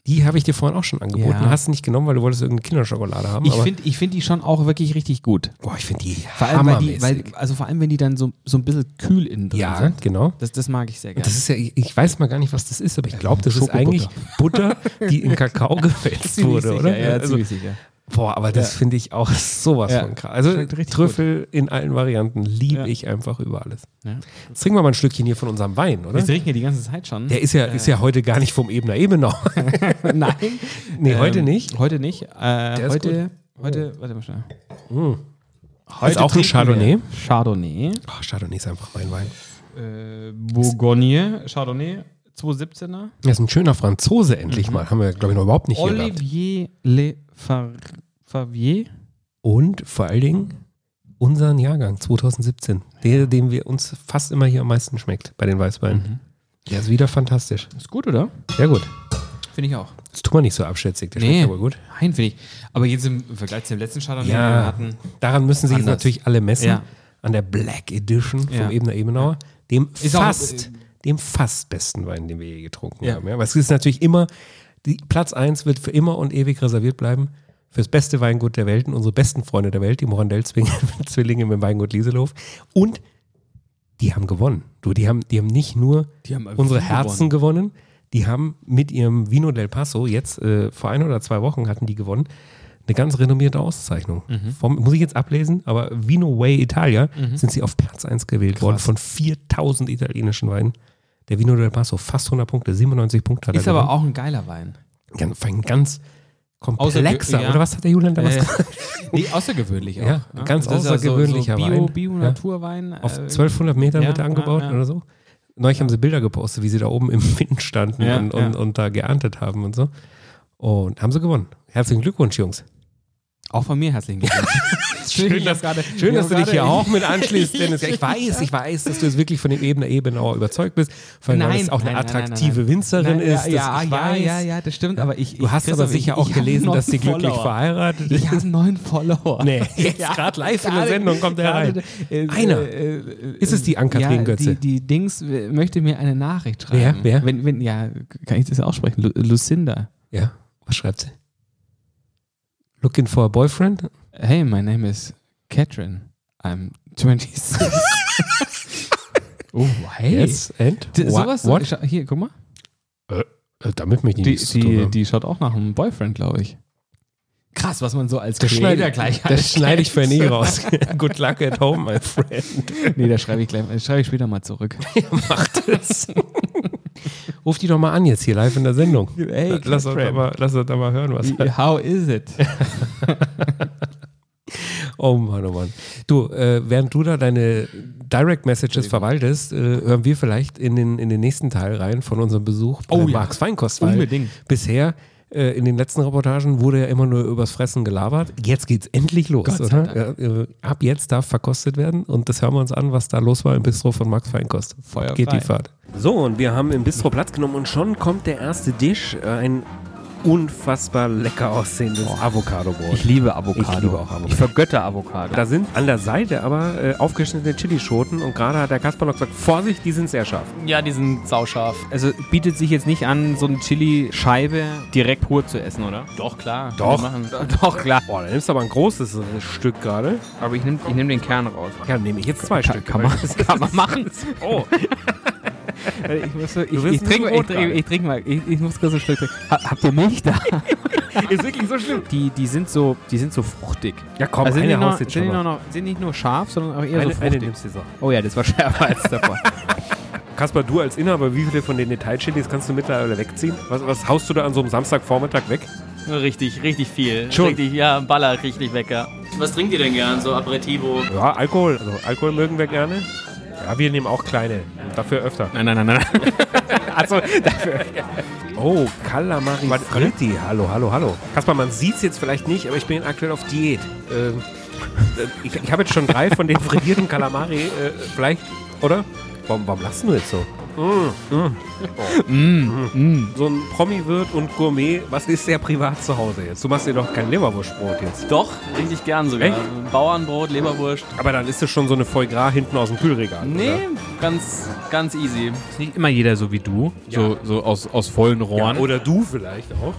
Die habe ich dir vorhin auch schon angeboten. Ja. Hast du nicht genommen, weil du wolltest irgendeine Kinderschokolade haben. (laughs) Ich aber- finde ich find die schon auch wirklich richtig gut. boah, ich finde die Vor allem, weil die, hammermäßig. weil, also vor allem, wenn die dann so, so ein bisschen kühl innen drin ja, sind. genau. Das, das mag ich sehr gerne. Das ist ja, ich ich weiß mal gar nicht, was das ist, Äh, aber ich glaube, das ist eigentlich Butter, die (laughs) in Kakao gefällt Ziemlich wurde, sicher, oder? Ja, also, ziemlich sicher. Boah, aber das finde ich auch (laughs) sowas Ja. von krass. Also Schmeckt richtig Trüffel in allen Varianten liebe Ja. ich einfach über alles. Ja. Jetzt trinken wir mal ein Stückchen hier von unserem Wein, oder? Wir trinken ja die ganze Zeit (laughs) schon. Der ist ja, ist ja heute gar nicht vom Ebener Ebenau. Nein. (laughs) nee, Ähm, heute nicht. Heute nicht. Äh, ist heute, heute, warte mal schnell. Ist auch ein trinken Chardonnay. wir Chardonnay. Oh, Chardonnay ist einfach mein Wein. Äh, Bourgogne. Chardonnay 217er. Das ist ein schöner Franzose endlich Mhm. mal. Haben wir, glaube ich, noch überhaupt nicht hier gehabt. Olivier Le Far Favier. Und vor allen Dingen unseren Jahrgang 2017. Der, dem wir uns fast immer hier am meisten schmeckt bei den Weißweinen. Mhm. Der ist wieder fantastisch. Ist gut, oder? Sehr gut. Finde ich auch. Das tun wir nicht so abschätzig. Der schmeckt aber gut. Nein, finde ich. Aber jetzt im Vergleich zu dem letzten Chardonnay, den wir Ja, hatten, daran müssen sich jetzt Anders. natürlich alle messen. Ja. An der Black Edition vom Ja. Ebener Ebenauer. Dem Ist auch, fast, äh, dem fast besten Wein, den wir je getrunken Ja. haben. Ja? Aber es ist natürlich immer, die, Platz 1 wird für immer und ewig reserviert bleiben. Fürs beste Weingut der Welt und unsere besten Freunde der Welt, die (laughs) Morandell-Zwillinge mit dem Weingut Lieselhof. Und die haben gewonnen. Du, die haben, die haben nicht nur Die haben einfach unsere viel Herzen gewonnen. die haben mit ihrem Vino del Paso jetzt äh, vor ein oder zwei Wochen hatten die gewonnen. Eine ganz renommierte Auszeichnung. Mhm. Vom, muss ich jetzt ablesen, aber Vino Way Italia sind sie auf Platz 1 gewählt worden von 4000 italienischen Weinen. Der Vino del Paso fast 100 Punkte, 97 Punkte hat ist er aber auch ein geiler Wein. gewonnen. ganz, ein ganz komplexer, ja. oder was hat der Julian damals gesagt? (laughs) nee, außergewöhnlich auch. Äh. ne? Ja, ganz Das ist ja außergewöhnlicher so, so Bio, Wein. Ja. Bio-Naturwein. äh, Auf 1200 Metern Ähm, ja, wird er angebaut ja, ja. oder so. Neulich haben sie Bilder gepostet, wie sie da oben im (laughs) Wind standen Ja, und, und, ja. und da geerntet haben und so. Und haben sie gewonnen. Herzlichen Glückwunsch, Jungs. Auch von (laughs) mir herzlichen Glückwunsch. schön, ich hab gerade- Schön, ich dass hab du dich gerade- hier auch mit (laughs) anschließt, Dennis. Ja, ich weiß, ich weiß, dass du jetzt wirklich von dem Ebener Ebenauer überzeugt bist, weil Nein, es auch eine nein, nein, nein, nein, attraktive nein. Winzerin Nein, ist. Ja, das, ich ja, weiß. ja, ja, das stimmt. Aber ich, Du hast ich, aber Christoph, sicher ich- auch ich hab gelesen, einen dass die neuen glücklich Follower. (laughs) verheiratet Ich ist. habe (laughs) einen neuen Follower. Nee, jetzt grad live in der Sendung kommt er gerade, rein. äh, Einer. äh, äh, Ist es die Ann-Kathrin ja, Götze? Die, die Dings äh, möchte mir eine Nachricht schreiben. Wer? Wer? Wenn, wenn, ja, kann ich das aussprechen? Lu Lucinda. ja, was schreibt sie? Looking for a boyfriend? Hey, my name is Catherine. I'm 26. oh, hey. Yes, and? D Wha- sowas, what? Scha- Hier, guck mal. Äh, Damit möchte ich Die, nichts zu tun die, haben. die schaut auch nach einem Boyfriend, glaube ich. Krass, was man so als Das schneide, gleich das schneide ich für nie raus. (laughs) Good luck at home, my friend. (laughs) Nee, da schreibe ich gleich, das schreibe ich später mal zurück. Macht es. Ruf die doch mal an jetzt hier live in der Sendung. Hey, lass, uns da Catherine. mal, lass uns da mal hören, was. How is it? Oh Mann, oh Mann. Du, äh, während du da deine Direct Messages verwaltest, äh, hören wir vielleicht in den, in den nächsten Teil rein von unserem Besuch bei Oh ja. Marx Feinkost. weil Unbedingt. Bisher äh, in den letzten Reportagen wurde ja immer nur übers Fressen gelabert. Jetzt geht's endlich los. Gott sei oder? Ja, äh, ab jetzt darf verkostet werden und das hören wir uns an, was da los war im Bistro von Max Feinkost. Feuer Geht die frei. Fahrt. So, und wir haben im Bistro Platz genommen und schon kommt der erste Tisch. Ein unfassbar lecker aussehendes Avocado-Brot. Ich liebe Avocado. Ich liebe auch Avocado. Ich vergötter Avocado. Da sind an der Seite aber äh, aufgeschnittene Chilischoten und gerade hat der Kasper noch gesagt, Vorsicht, die sind sehr scharf. Ja, die sind sauscharf. also bietet sich jetzt nicht an, so eine Chili-Scheibe direkt pur zu essen, oder? Doch, klar. Doch. (laughs) Wir machen- Doch, klar. Boah, da Oh, nimmst du aber ein großes äh, Stück gerade. Aber ich nehme ich nehm den Kern raus. Ja, nehme ich jetzt zwei Stück. (laughs) kann man- (laughs) Das Kann man machen. oh, Ich, muss so, ich, wirst ich ein trinke bisschen mal, ich, rot trink, gerade. ich trink mal, ich, ich muss kurz ein Stück trinken. Ha, habt ihr Milch da? ist wirklich so schlimm. (laughs) Die, die, sind so, die sind so fruchtig. Ja komm, also sind, eine die nur, haust jetzt sind, die also schon nur noch. noch, sind nicht nur scharf, sondern auch eher so Eine, eine fruchtig. nimmst du so. (laughs) oh ja, das war schärfer als davor. Kaspar, du als Inhaber, wie viele von den Detailchilis kannst du mittlerweile wegziehen? Was, was haust du da an so einem Samstagvormittag weg? Richtig, richtig viel. Schon? Richtig, ja, Baller, richtig weg, ja. Was trinkt ihr denn gern? So Aperitivo? Ja, Alkohol. Also Alkohol mögen wir gerne. Ja, wir nehmen auch kleine. Dafür öfter. Nein, nein, nein, nein. Also dafür. Oh, Calamari Fritti. Hallo, hallo, hallo. Kaspar, man sieht es jetzt vielleicht nicht, aber ich bin aktuell auf Diät. Ähm, äh, ich ich habe jetzt schon drei von den frittierten Calamari. Äh, vielleicht, oder? Warum, warum lachst du jetzt so? Mm, mm. Oh. So ein Promi-Wirt und Gourmet, was ist der privat zu Hause jetzt? Du machst dir doch kein Leberwurstbrot jetzt. Doch, richtig gern sogar. Echt? Bauernbrot, Leberwurst. Aber dann ist es schon so eine Foie Gras hinten aus dem Kühlregal. Nee, Oder? ganz, ganz easy. Ist nicht immer jeder so wie du, so, so aus, aus vollen Ja, Rohren. oder du vielleicht auch.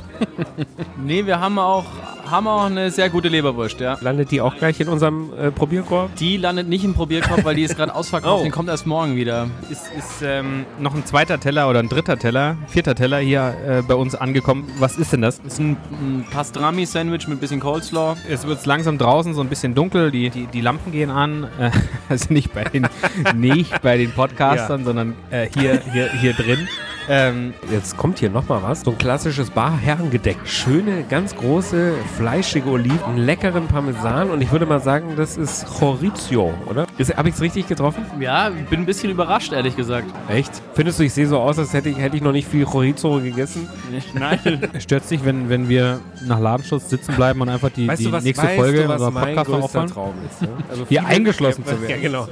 Nee, wir haben auch, haben auch eine sehr gute Leberwurst, ja. Landet die auch gleich in unserem äh, Probierkorb? Die landet nicht im Probierkorb, weil die ist (laughs) gerade ausverkauft. Oh. Die kommt erst morgen wieder. ist, ist ähm, noch ein zweiter Teller oder ein dritter Teller, vierter Teller hier äh, bei uns angekommen. Was ist denn das? Ist ein, Ein Pastrami-Sandwich mit bisschen Coleslaw. es wird langsam draußen so ein bisschen dunkel, die, die, die Lampen gehen an. Äh, (laughs) also nicht bei (laughs) den, nicht bei den Podcastern, sondern äh, hier, hier, hier drin. Ähm, Jetzt kommt hier nochmal was. So ein klassisches Barherrengedeck. Schöne, ganz große, fleischige Oliven, einen leckeren Parmesan und ich würde mal sagen, das ist Chorizo, oder? Habe ich es richtig getroffen? Ja, bin ein bisschen überrascht, ehrlich gesagt. Echt? Findest du, ich sehe so aus, als hätte ich, hätte ich noch nicht viel Chorizo gegessen? (laughs) Nein. Stört dich, wenn, wenn wir nach Ladenschluss sitzen bleiben und einfach die, die nächste Folge unserer Podcast noch aufmachen? Traum (laughs) ist? Ne? Also Hier viele- eingeschlossen zu werden. Ja, genau.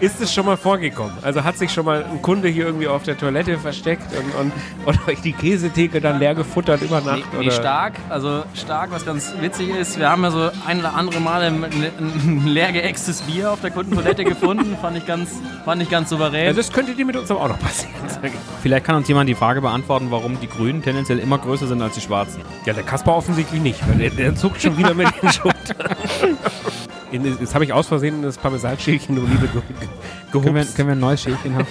Ist es schon mal vorgekommen? Also hat sich schon mal ein Kunde hier irgendwie auf der Toilette versteckt und, und, und (laughs) euch die Käsetheke dann leer gefuttert über Nacht? Nee, nee, oder? stark. Also stark, was ganz witzig ist. Wir haben ja so ein oder andere Mal ein, ein (laughs) leer geäxtes Bier auf der Kundentoilette (laughs) gefunden. Fand ich ganz, fand ich ganz souverän. Also das könnte dir mit uns aber auch noch passieren. Vielleicht kann uns jemand die Frage beantworten, warum die Grünen tendenziell immer größer sind als die Schwarzen. Ja, der Kaspar offensichtlich nicht. weil Der, der zuckt schon wieder mit den Schultern. (laughs) In, jetzt habe ich aus Versehen das Parmesanschälchen in Olive ge ge Können wir, gehupst. können wir ein neues Schälchen haben?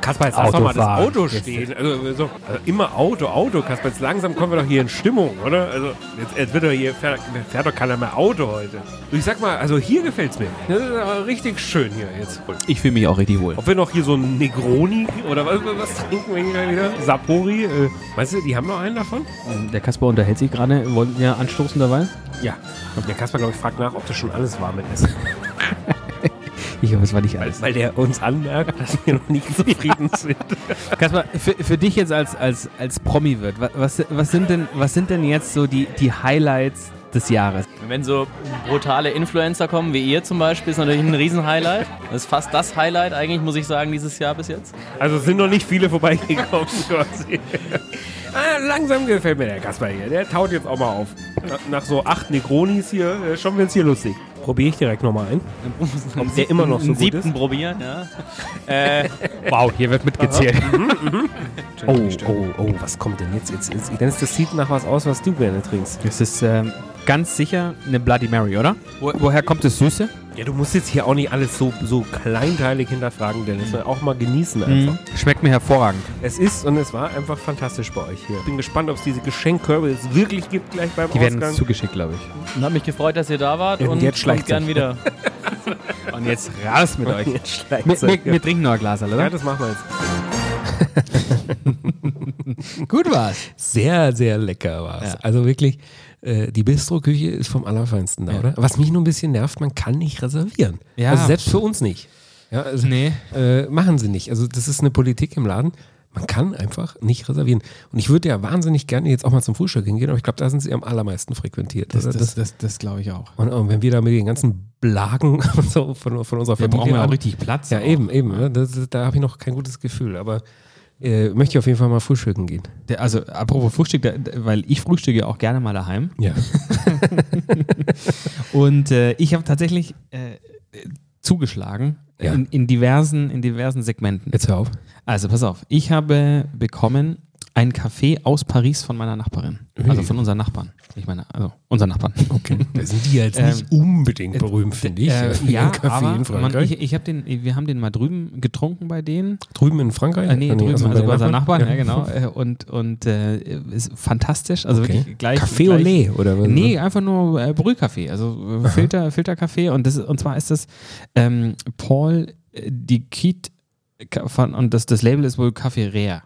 Kaspar, jetzt lass doch mal das Autofahren. Auto stehen. Also, so, also immer Auto, Auto. Kaspar, jetzt langsam kommen wir doch hier in Stimmung, oder? Also jetzt, jetzt wird doch hier, fährt, fährt doch keiner mehr Auto heute. Du, ich sag mal, also hier gefällt es mir. Das ist aber richtig schön hier jetzt. (laughs) Ich fühle mich auch richtig wohl. Ob wir noch hier so ein Negroni oder was, was trinken wir hier wieder? Sapori? Äh, meinst du, die haben noch einen davon? Der Kasper unterhält sich gerade. Wollten wir anstoßen dabei? Ja. Der Kasper, glaube ich, fragt nach, ob das schon alles war mit Essen. Ich hoffe, es war nicht (laughs) alles. Weil der uns anmerkt, dass wir noch nicht zufrieden sind. Kasper, für, für dich jetzt als, als, als Promi wird, was, was, sind denn, was sind denn jetzt so die, die Highlights des Jahres? Wenn so brutale Influencer kommen, wie ihr zum Beispiel, ist natürlich ein Riesenhighlight. Das ist fast das Highlight eigentlich, muss ich sagen, dieses Jahr bis jetzt. Also sind noch nicht viele (laughs) vorbeigekommen quasi. Ah, langsam gefällt mir der Kasper hier. Der taut jetzt auch mal auf. Na, nach so acht Negronis hier, äh, schon wird's hier lustig. Probiere ich direkt nochmal ein. Ob der immer noch so Einen gut siebten ist. probieren, ja. Wow, hier wird mitgezählt. Oh, oh, oh, was kommt denn jetzt? jetzt, jetzt jetzt- das sieht nach was aus, was du gerne trinkst. (laughs) Das ist ähm, ganz sicher eine Bloody Mary, oder? Wo, woher kommt das Süße? Ja, du musst jetzt hier auch nicht alles so, so kleinteilig hinterfragen, Dennis. sondern Auch mal genießen einfach. Schmeckt mir hervorragend. Es ist und es war einfach fantastisch bei euch hier. Ich bin gespannt, ob es diese Geschenkkörbe jetzt wirklich gibt gleich beim Die werden uns Ausgang. zugeschickt, glaube ich. Und hat mich gefreut, dass ihr da wart Und und jetzt schleicht kommt gern sich. wieder. Und jetzt raus mit (laughs) euch. Wir, Schlecht's. wir, wir trinken noch ein Glas, Ja, oder? das machen wir jetzt. (laughs) Gut war's. Sehr, sehr lecker war es. Also wirklich, äh, die Bistroküche ist vom Allerfeinsten da, oder? Was mich nur ein bisschen nervt, man kann nicht reservieren. Ja. Also selbst für uns nicht. Ja, also, Nee. äh, machen sie nicht. Also das ist eine Politik im Laden. Man kann einfach nicht reservieren. Und ich würde ja wahnsinnig gerne jetzt auch mal zum Frühstück hingehen, aber ich glaube, da sind sie am allermeisten frequentiert. Das, Also das, das, das glaube ich auch. Und, und wenn wir da mit den ganzen Blagen (laughs) und so von, von unserer Wir Familie. brauchen ja auch an- richtig Platz. ja, eben, eben. ne? Das, ist- da habe ich noch kein gutes Gefühl. Aber äh, möchte ich auf jeden Fall mal frühstücken gehen. Der, also, apropos Frühstück, der, der, weil ich frühstücke auch gerne mal daheim. Ja. Und äh, ich habe tatsächlich äh, zugeschlagen Ja. in, in, diversen, in diversen Segmenten. Jetzt hör auf. Also, pass auf. Ich habe bekommen einen Kaffee aus Paris von meiner Nachbarin. Also von unseren Nachbarn. Ich meine, also unseren Nachbarn. (laughs) Okay. Da sind die ja jetzt nicht unbedingt berühmt, finde ich. Äh, für ja, ihren Kaffee aber in man, Frankreich. ich, ich hab den, wir haben den mal drüben getrunken bei denen. drüben in Frankreich? Äh, nee, Ah, drüben, also also, bei bei unseren Nachbarn, ja, Ja. genau. Äh, und und äh, ist fantastisch. Also Okay. wirklich gleich. Café gleich- Olé oder was? Nee, einfach nur äh, Brühkaffee, also äh, Filter, Filterkaffee. Und, das, ist- und zwar ist das ähm, Paul äh, Dikit Ka- von- Und das, das Label ist wohl Café Rare.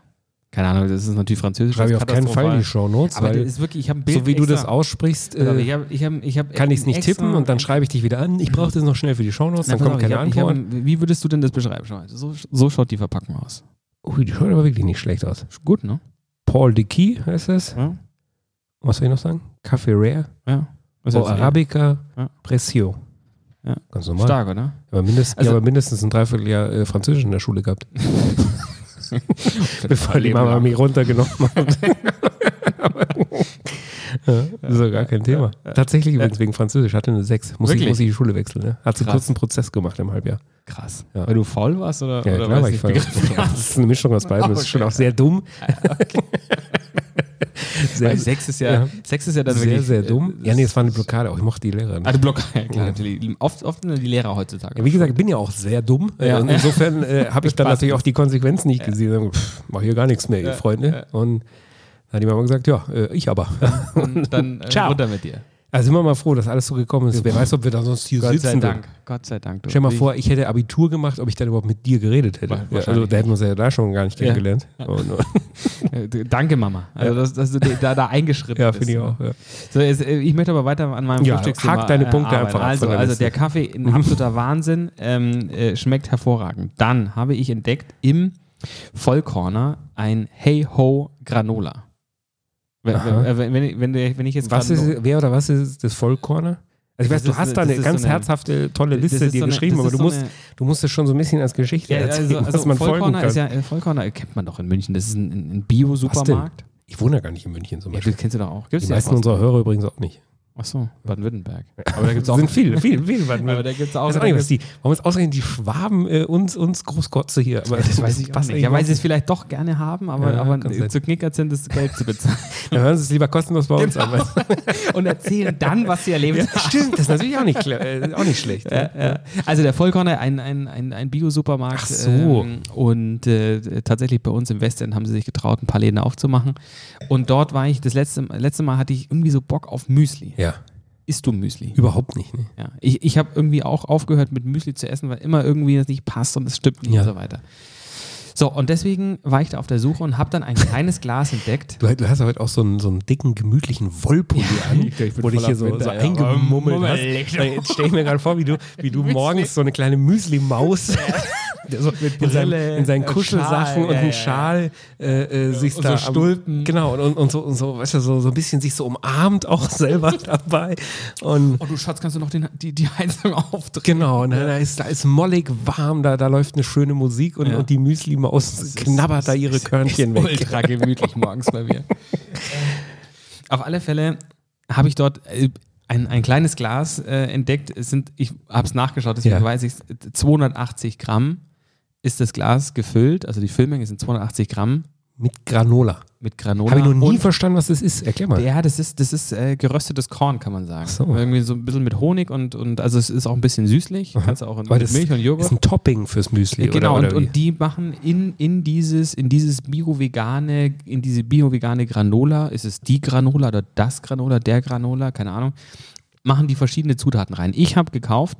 Keine Ahnung, das ist natürlich französisch. Schreibe ich das auf ist keinen Fall in die katastrophal. Shownotes, Aber das weil ist wirklich, ich habe ein Bild so wie du das extra- aussprichst, Pass auf, äh, Ich hab, ich hab, ich hab kann ich es nicht extra- tippen und dann schreibe ich dich wieder an. Ich brauche das noch schnell für die Shownotes, Na, dann pass kommt auf, ich keine hab, ich hab, Antwort. wie würdest du denn das beschreiben? Schau mal, So, so schaut die Verpackung aus. Ui, die schaut aber wirklich nicht schlecht aus. Ist Gut, ne? Paul Dickey heißt es. Ja. Was soll ich noch sagen? Café Rare, Ja. Was Bo hältst du? Oh, Arabica, Ja. Precio. Ja. Ganz normal. Stark, oder? Aber mindestens, Also- ja, aber mindestens ein Dreivierteljahr äh, Französisch in der Schule gehabt. (laughs) Bevor die Mama mich runtergenommen (laughs) hat. ja, das ist doch gar kein Thema. Tatsächlich übrigens wegen Französisch. Hatte eine 6. Muss ich, Wirklich? muss ich die Schule wechseln. Ne? Hat so einen Krass. kurzen Prozess gemacht im Halbjahr. Krass. Ja. Weil du faul warst oder, Ja, oder klar, war weiß ich nicht, faul. begriffen Das ist eine Mischung aus (laughs) Oh, beidem. Das ist schon auch sehr dumm. Weil (laughs) sehr, Sex ist ja, Ja. Sex ist ja dann sehr, wirklich. sehr äh, dumm. Ja, nee, es war eine Blockade auch. Ich mochte die Lehrerin. Ah, die Block, (laughs) ja, klar, natürlich. Oft, oft sind die Lehrer heutzutage. Ja, wie gesagt, ich bin ja auch sehr dumm. äh, Ja. Und insofern (laughs) äh, habe ich dann Passt natürlich nicht. auch die Konsequenzen nicht gesehen. Dann, Pff, mach hier gar nichts mehr, ihr Freunde. Und dann hat die Mama gesagt, ja, äh, ich (laughs) aber. Und dann äh, Ciao. runter mit dir. Also sind wir mal froh, dass alles so gekommen ist. Wer weiß, ob wir da sonst hier Gott sitzen. sei würden. Dank. Gott sei Dank. Du. Stell dir mal vor, ich hätte Abitur gemacht, ob ich dann überhaupt mit dir geredet hätte. Wahrscheinlich Ja, also da hätten wir uns ja da schon gar nicht Ja. kennengelernt. Oh, Und, (laughs) und, (laughs) Äh, d- Danke, Mama. Also, dass, dass du da, da eingeschritten ja, bist. finde ich auch. Ja. So, jetzt, äh, ich möchte aber weiter an meinem Ja, Frühstücksthema hak deine Punkte arbeiten. einfach ab Also, von der also Liste. der Kaffee, ein absoluter Wahnsinn, ähm, äh, schmeckt hervorragend. Dann habe ich entdeckt im Vollkorner ein Hey Ho Granola. Wenn, Aha. äh, wenn, wenn, wenn, der- wenn ich jetzt Was gerade noch- ist, wer oder was ist das Vollkorner? Also ich Das weiß, du ist hast eine- da das eine ist ganz so eine- herzhafte, tolle das Liste ist dir so eine- geschrieben, das aber ist du so musst, eine- du musst es schon so ein bisschen als Geschichte Ja, erzählen, also, also dass man folgen Vollkorner kann. ist ja äh, Vollkorner äh, kennt man doch in München. Das ist ein, ein- ein Bio-Supermarkt. ich wohne ja gar nicht in München zum Ja, Beispiel. das kennst du doch auch. Gibt's Die ja meisten unserer Hörer übrigens auch nicht. Ach so, Baden-Württemberg. Aber da gibt es auch. sind viele, viele, viele Baden Aber da gibt's auch- Ich weiß auch nicht, was die, warum ist ausgerechnet die Schwaben äh, uns, uns Großkotze hier? Aber das passt Ja, weil irgendwie sie es vielleicht doch gerne haben, aber, Ja, aber äh, kann sein. zu knickert sind, das Geld zu (laughs) bezahlen. nicht. Dann hören sie es lieber kostenlos bei uns an. weil- Und erzählen dann, was sie (laughs) erlebt haben. Stimmt, das ist natürlich auch nicht, klar, äh, auch nicht schlecht. Ja. Also der Vollkorner, ein, ein, ein, ein Bio-Supermarkt. Ach so. ähm, und äh, tatsächlich bei uns im Westend haben sie sich getraut, ein paar Läden aufzumachen. Und dort war ich, das letzte, letzte Mal hatte ich irgendwie so Bock auf Müsli. ja, Isst du Müsli? überhaupt nicht. Ne? Ja. Ich, ich habe irgendwie auch aufgehört, mit Müsli zu essen, weil immer irgendwie das nicht passt und es stimmt nicht Ja. und so weiter. So, und deswegen war ich da auf der Suche und habe dann ein kleines Glas entdeckt. Du, du hast ja heute auch so einen, so einen dicken, gemütlichen Wollpulli an, wo dich hier so, so eingemummelt hast. Jetzt stell ich mir gerade vor, wie du, wie du morgens so eine kleine Müsli-Maus (laughs) der so in, seinem, Brille, in seinen äh, Kuschelsachen Schal, und ja, einen ja, Schal äh, äh, sich und da so am- Stulpen. genau, und, und, und, so, und so, weißt du, so, so ein bisschen sich so umarmt auch (laughs) selber dabei. Und Oh, du Schatz, kannst du noch den, die, die Heizung aufdrehen? genau, und da ist, da ist mollig warm, da, da läuft eine schöne Musik und, Ja. und die Müsli-Maus knabbert da ihre Körnchen weg. Ultra gemütlich morgens bei mir. (laughs) Auf alle Fälle habe ich dort äh, ein, ein kleines Glas äh, entdeckt. Es sind, ich habe es nachgeschaut, deswegen Ja. weiß ich 280 Gramm ist das Glas gefüllt, also die Füllmenge sind 280 Gramm Mit Granola. mit Granola. Habe ich noch nie und verstanden, was das ist. Erklär mal. ja, das ist, das ist äh, geröstetes Korn, kann man sagen. so. Irgendwie so ein bisschen mit Honig und, und also es ist auch ein bisschen süßlich. Kannst du auch in, mit das Milch und Joghurt. ist ein Topping fürs Müsli. Genau, oder, oder und, wie? und die machen in, in dieses, in dieses bio-vegane, in diese bio-vegane Granola, ist es die Granola oder das Granola, der Granola, keine Ahnung, machen die verschiedene Zutaten rein. Ich habe gekauft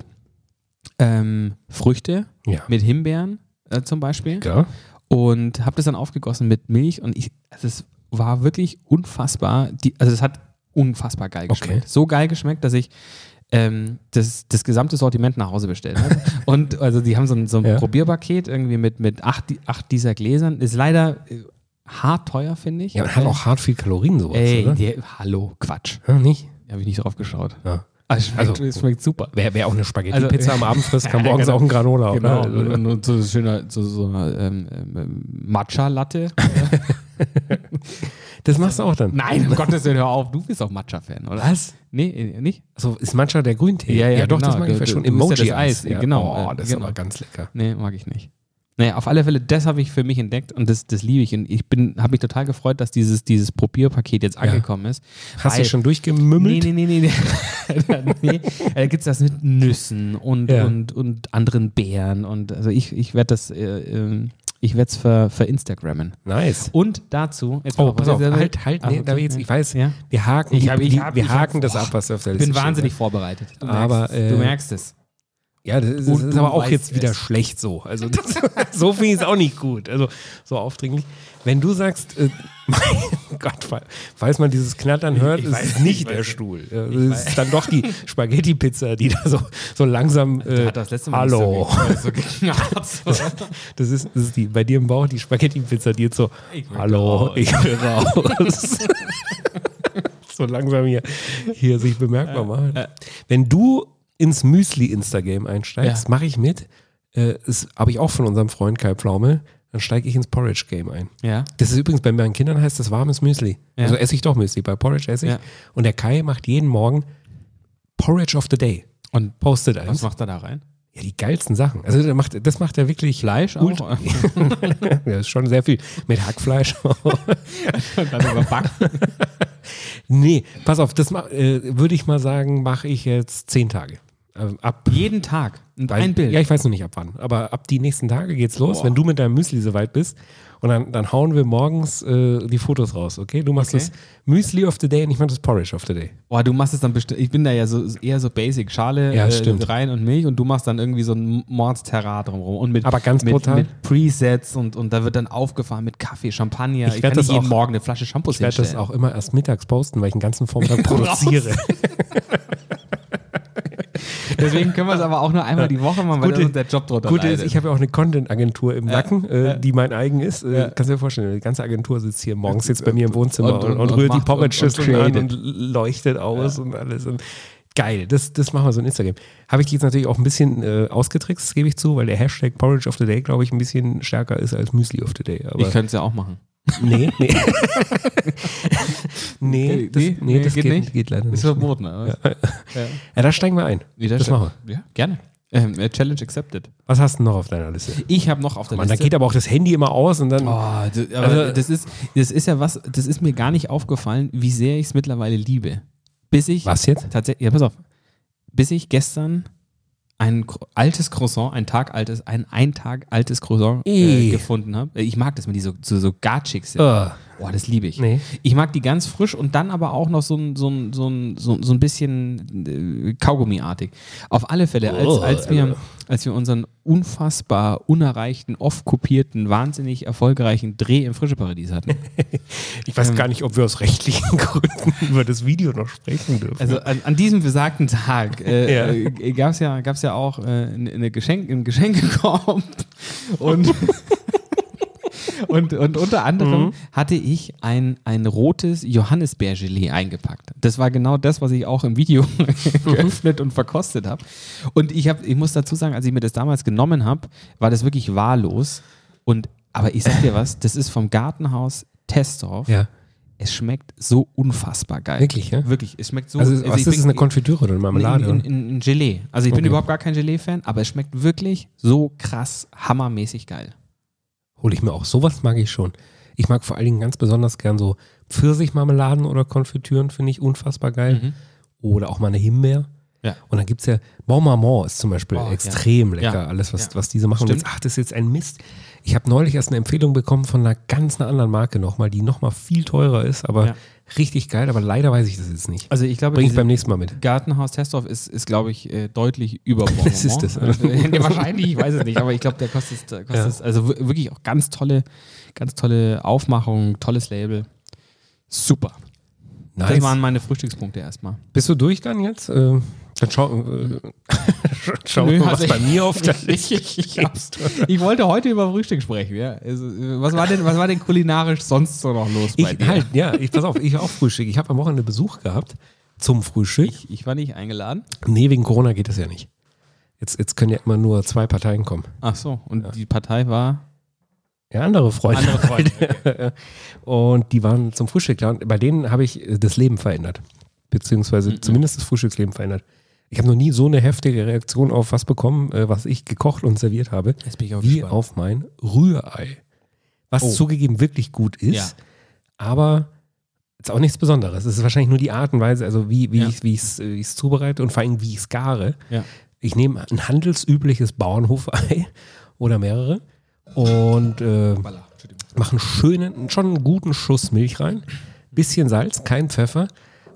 ähm, Früchte Ja. mit Himbeeren äh, zum Beispiel ja. und habe das dann aufgegossen mit Milch und ich, also es war wirklich unfassbar, die, also es hat unfassbar geil Okay. geschmeckt. So geil geschmeckt, dass ich ähm, das, das gesamte Sortiment nach Hause bestellt (laughs) habe. und also die haben so ein, so ein Ja. Probierpaket irgendwie mit, mit acht, acht dieser Gläsern. Ist leider äh, hart teuer, finde ich. Ja, und hat auch hart viel Kalorien sowas, Äh. Ey, oder? die, hallo, Quatsch. Ja, nicht? Habe ich nicht drauf geschaut. Ja. Also, es schmeckt, Also- es schmeckt super. Wer, wer auch eine Spaghetti-Pizza am Also- Abend frisst, (laughs) kann morgens Genau. auch einen Granola. ne? Also, Genau, Oder? und, und, und so schöner, so, so eine ähm, ähm, (laughs) Matcha-Latte. Das machst du auch dann. Nein, um Gottes Willen, hör auf, du bist auch Matcha-Fan, oder? Was? Nee, äh, nicht? Also ist Matcha der Grüntee? Ja, ja, doch, das genau. mag ich Du- vielleicht schon. du musst ja das Emoji-Eis. Eis, genau, Oh, äh, das ist genau. aber ganz lecker. Nee, mag ich nicht. Naja, auf alle Fälle, das habe ich für mich entdeckt und das, das liebe ich. Und ich bin, habe mich total gefreut, dass dieses, dieses Probierpaket jetzt angekommen ist. Hast Weil- du schon Nee, durchgemümmelt? nee, nee, nee. nee. (laughs) nee. Da gibt es das mit Nüssen und, Ja. und, und anderen Beeren. Und also ich, ich werde das, äh, ähm, ich werde es ver, verinstagrammen. Nice. Und dazu, jetzt Oh, pass auf, halt, halt, Ach, nee, da okay, will ich jetzt, ja. ich weiß, Ja. wir haken, Ich die- hab- ich die- hab- wir ich hab- haken das Boah, ab, was auf der Ich bin steht. ne? wahnsinnig vorbereitet. Du merkst Aber, es. du äh, merkst es. Ja, das ist, das Und ist du aber auch weißt jetzt wieder es. schlecht so. Also (laughs) das, so finde ich es auch nicht gut. Also so aufdringlich. Wenn du sagst, äh, (laughs) mein Gott, fa- falls man dieses Knattern hört, ist es nicht der Stuhl. Ja, Es ist dann doch (laughs) die Spaghetti-Pizza, die da so, so langsam. Äh, hat das letzte Mal nicht Hallo. So geknarrt. So. Das ist, das ist die, bei dir im Bauch die Spaghetti-Pizza, die jetzt so, hallo, ich will (laughs) raus. so langsam hier, hier sich bemerkbar machen. Äh, Wenn du ins Müsli-Instagame einsteigst, Ja. mache ich mit, äh, das habe ich auch von unserem Freund Kai Pflaume, dann steige ich ins Porridge-Game ein. (laughs) Ja. Das ist übrigens bei meinen Kindern heißt das warmes Müsli. Ja. Also esse ich doch Müsli, bei Porridge esse ich. Ja. Und der Kai macht jeden Morgen Porridge of the Day. Und Postet was eins. macht er da rein? Ja, die geilsten Sachen. Also der macht, das macht er wirklich. Fleisch Gut. auch? Ja, ist schon sehr viel. Mit Hackfleisch. (laughs) Dann überbacken. nee, pass auf, das ma- äh, würde ich mal sagen, mache ich jetzt zehn Tage. Ähm, ab. Jeden Tag. Und ein Bild. Ja, ich weiß noch nicht ab wann, aber ab die nächsten Tage geht's los, Boah. wenn du mit deinem Müsli soweit bist. Und dann, dann hauen wir morgens äh, die Fotos raus, okay? Du machst Okay. das Müsli of the Day und ich mache das Porridge of the Day. Boah, du machst es dann bestimmt. Ich bin da ja so eher so basic. Schale Ja, äh, stimmt. rein und Milch und du machst dann irgendwie so ein Mordsterrat drumrum. Und mit, Aber ganz mit, brutal. mit Presets und, und da wird dann aufgefahren mit Kaffee, Champagner. Ich werd kann das nicht jeden auch- Morgen eine Flasche Shampoos Ich werde das hinstellen. auch immer erst mittags posten, weil ich den ganzen (laughs) Vormittag produziere. Deswegen können wir es aber auch nur einmal die Woche machen, weil Gute- dann der Job drunter Gut ist, leidet. ich habe ja auch eine Content-Agentur im Nacken, äh, die mein eigen ist. Äh, Ja. Kannst du dir vorstellen, die ganze Agentur sitzt hier morgens jetzt bei mir im Wohnzimmer Und- und, und- und, und rührt die macht- und- Poppet-Schüssel und an schneidet. und leuchtet aus und alles. Und geil, das, das machen wir so in Instagram. Habe ich jetzt natürlich auch ein bisschen äh, ausgetrickst, das gebe ich zu, weil der Hashtag Porridge of the Day, glaube ich, ein bisschen stärker ist als Müsli of the Day. Aber ich könnte es ja auch machen. nee, (laughs) nee. nee, das, nee, das geht, geht, nicht. leider Ist nicht. verboten, oder? was? ne? Ja, da steigen wir ein. Nee, das stimmt. machen Ja, gerne. Ähm, äh, Challenge accepted. Was hast du noch auf deiner Liste? Ich habe noch auf der Mann, da Liste. geht aber auch das Handy immer aus und dann. Oh, das, aber Also- das, ist, das ist ja was, das ist mir gar nicht aufgefallen, wie sehr ich es mittlerweile liebe. Bis ich Was jetzt? tatsächlich, ja, pass auf, bis ich gestern ein Cro- altes Croissant, ein Tag altes, ein ein Tag altes Croissant äh, Ih. gefunden habe. Äh, Ich mag das, wenn die so, so, so garchig sind. Äh. Boah, das liebe ich. Nee. Ich mag die ganz frisch und dann aber auch noch so ein, so ein, so ein, so ein, so ein bisschen äh, Kaugummiartig. Auf alle Fälle, als, Oh, als, wir, als wir unseren unfassbar unerreichten, oft kopierten, wahnsinnig erfolgreichen Dreh im Frischeparadies hatten. Ich Ähm. weiß gar nicht, ob wir aus rechtlichen (laughs) Gründen über das Video noch sprechen dürfen. Also an, an diesem besagten (laughs) Tag Ja. äh, äh, gab es ja, gab's ja auch äh, eine eine Geschenk, einen Geschenkekorb und, (laughs) und, und unter anderem Mhm. hatte ich ein, ein rotes Johannisbeergelee eingepackt. Das war genau das, was ich auch im Video (laughs) geöffnet und verkostet habe. Und ich, hab, ich muss dazu sagen, als ich mir das damals genommen habe, war das wirklich wahllos. Und, aber ich sag dir was, das ist vom Gartenhaus Testdorf. ja. Es schmeckt so unfassbar geil. Wirklich, ja? Wirklich. Es schmeckt so. Also, also was ich ist das? bin- Eine Konfitüre oder eine Marmelade? Ein, ein, oder? ein, ein Gelee. Also ich bin Okay. überhaupt gar kein Gelee-Fan, aber es schmeckt wirklich so krass, hammermäßig geil. Hole ich mir auch. Sowas mag ich schon. Ich mag vor allen Dingen ganz besonders gern so Pfirsichmarmeladen oder Konfitüren, finde ich unfassbar geil. Oder auch mal eine Himbeer. Mhm. Ja. Und dann gibt es ja, Bon Maman ist zum Beispiel Oh, ja. extrem lecker, Ja. alles, was, Ja. was diese machen. Und Stimmt. jetzt, ach, das ist jetzt ein Mist. Ich habe neulich erst eine Empfehlung bekommen von einer ganz einer anderen Marke nochmal, die nochmal viel teurer ist, aber Ja. richtig geil, aber leider weiß ich das jetzt nicht. Also ich glaube, Bring ich diese- beim nächsten Mal mit. Gartenhaus Testdorf ist, ist glaube ich, äh, deutlich über Bonbon. Was ist das? Also, nee, wahrscheinlich, ich weiß es nicht, aber ich glaube, der (laughs) kostet, der kostet also w- wirklich auch ganz tolle, ganz tolle Aufmachung, tolles Label. Super. Das waren meine Frühstückspunkte erstmal. Bist du durch dann jetzt? Ähm, dann schau, äh, (laughs) schau Nö, mal, was also bei ich- mir auf (laughs) der Liste ich, ich, hab's- ich wollte heute über Frühstück sprechen. Ja. Also, äh, was, war denn, was war denn kulinarisch sonst so noch los bei Ich dir? halt, ja, ich pass auf, ich auch Frühstück. Ich habe am Wochenende Besuch gehabt zum Frühstück. Ich, ich war nicht eingeladen. Nee, wegen Corona geht das ja nicht. Jetzt, jetzt können ja immer nur zwei Parteien kommen. Ach so, und die Partei war. Ja, andere Freunde. (laughs) Und die waren zum Frühstück da und bei denen habe ich äh, das Leben verändert. Beziehungsweise zumindest das Frühstücksleben verändert. Ich habe noch nie so eine heftige Reaktion auf was bekommen, äh, was ich gekocht und serviert habe, Jetzt bin ich auch wie gespannt. auf mein Rührei. Was Oh. zugegeben wirklich gut ist, Ja. aber ist auch nichts Besonderes. Es ist wahrscheinlich nur die Art und Weise, also wie, wie Ja. ich es wie ich's zubereite und vor allem, wie ich es gare. Ja. Ich nehme ein handelsübliches Bauernhofei (laughs) oder mehrere und äh, mache einen schönen, schon einen guten Schuss Milch rein, bisschen Salz, kein Pfeffer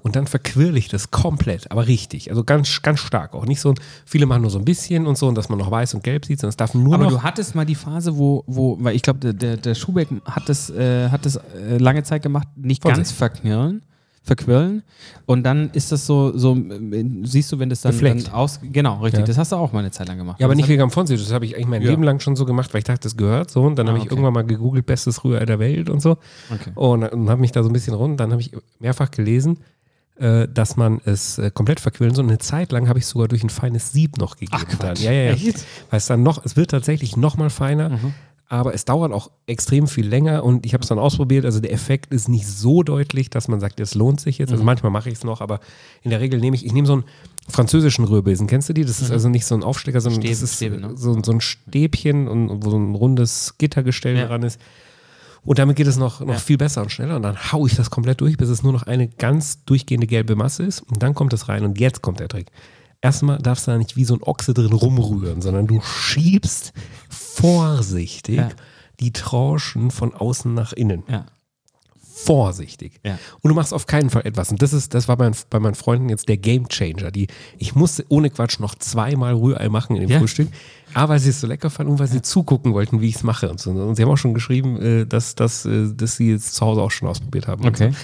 und dann verquirle ich das komplett, aber richtig. Also ganz, ganz stark auch. Nicht so, ein- viele machen nur so ein bisschen und so, und dass man noch weiß und gelb sieht, sondern es darf nur Aber noch. du hattest mal die Phase, wo, wo weil ich glaube, der, der, der Schubeck hat das, äh, hat das äh, lange Zeit gemacht, nicht Vollzeit. ganz verknirlen, verquirlen. Und dann ist das so, so ähm, siehst du, wenn das dann, dann Gefleckt. aus. Genau, richtig. Ja. Das hast du auch mal eine Zeit lang gemacht. ja, aber Das nicht hat- wegen am Fonsi, das habe ich eigentlich mein Ja. Ah, Leben lang schon so gemacht, weil ich dachte, das gehört so. Und dann habe ich okay. irgendwann mal gegoogelt, bestes Rührei der Welt und so. Okay. Und, Oh, und habe mich da so ein bisschen rund. Dann habe ich mehrfach gelesen, äh, dass man es äh, komplett verquirlen soll. Und eine Zeit lang habe ich es sogar durch ein feines Sieb noch gegeben. Ach, Quatsch. dann. Ja, ja, ja. Echt? Mhm. Weil es dann noch, es wird tatsächlich noch mal feiner. Aber es dauert auch extrem viel länger und ich habe es dann ausprobiert. Also der Effekt ist nicht so deutlich, dass man sagt, es lohnt sich jetzt. Mhm. Also manchmal mache ich es noch, aber in der Regel nehme ich, ich nehme so einen französischen Rührbesen. Kennst du die? Das ist also nicht so ein Aufstecker, sondern Stäbe- das ist Mhm. Stäbe, ne? so, ein- so ein Stäbchen, und, wo so ein rundes Gittergestell Ja. dran ist. Und damit geht es noch, noch viel besser und schneller. Und dann hau ich das komplett durch, bis es nur noch eine ganz durchgehende gelbe Masse ist. Und dann kommt es rein. Und jetzt kommt der Trick. Erstmal darfst du da nicht wie so ein Ochse drin rumrühren, sondern du schiebst vorsichtig Ja. die Tranchen von außen nach innen. Ja. Vorsichtig. Ja. Und du machst auf keinen Fall etwas. Und das ist, das war bei, bei meinen Freunden jetzt der Game Changer. Die, ich musste ohne Quatsch noch zweimal Rührei machen in dem Ja. Frühstück. A, weil sie es so lecker fanden und weil sie zugucken wollten, wie ich es mache. Und, so. und sie haben auch schon geschrieben, äh, dass, dass, äh, dass sie jetzt zu Hause auch schon ausprobiert haben. Und Okay. So.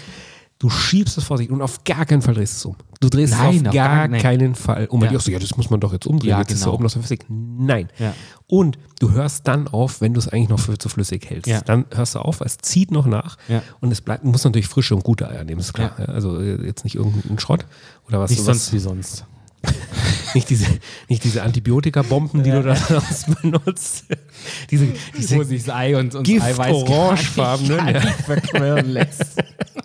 Du schiebst es vorsichtig und auf gar keinen Fall drehst du es um. Du drehst es Nein, auf auf gar gar- nee. keinen Fall um. Ja. Weil die auch so, ja, das muss man doch jetzt umdrehen. Ja, jetzt ist es genau. oben noch so um, flüssig. Nein. Ja. Und du hörst dann auf, wenn du es eigentlich noch für zu flüssig hältst. Ja. Dann hörst du auf, weil es zieht noch nach. Ja. Und es bleibt, muss natürlich frische und gute Eier nehmen, ist klar. Ja. Also äh, jetzt nicht irgendeinen Schrott oder was. Nicht was- sonst wie sonst. (laughs) nicht diese, nicht diese Antibiotika-Bomben, die du da (laughs) sonst benutzt. (laughs) diese, diese sich das Ei und, und Gift-Orangefarbenen. ne? Ja. (laughs) verquirlen lässt.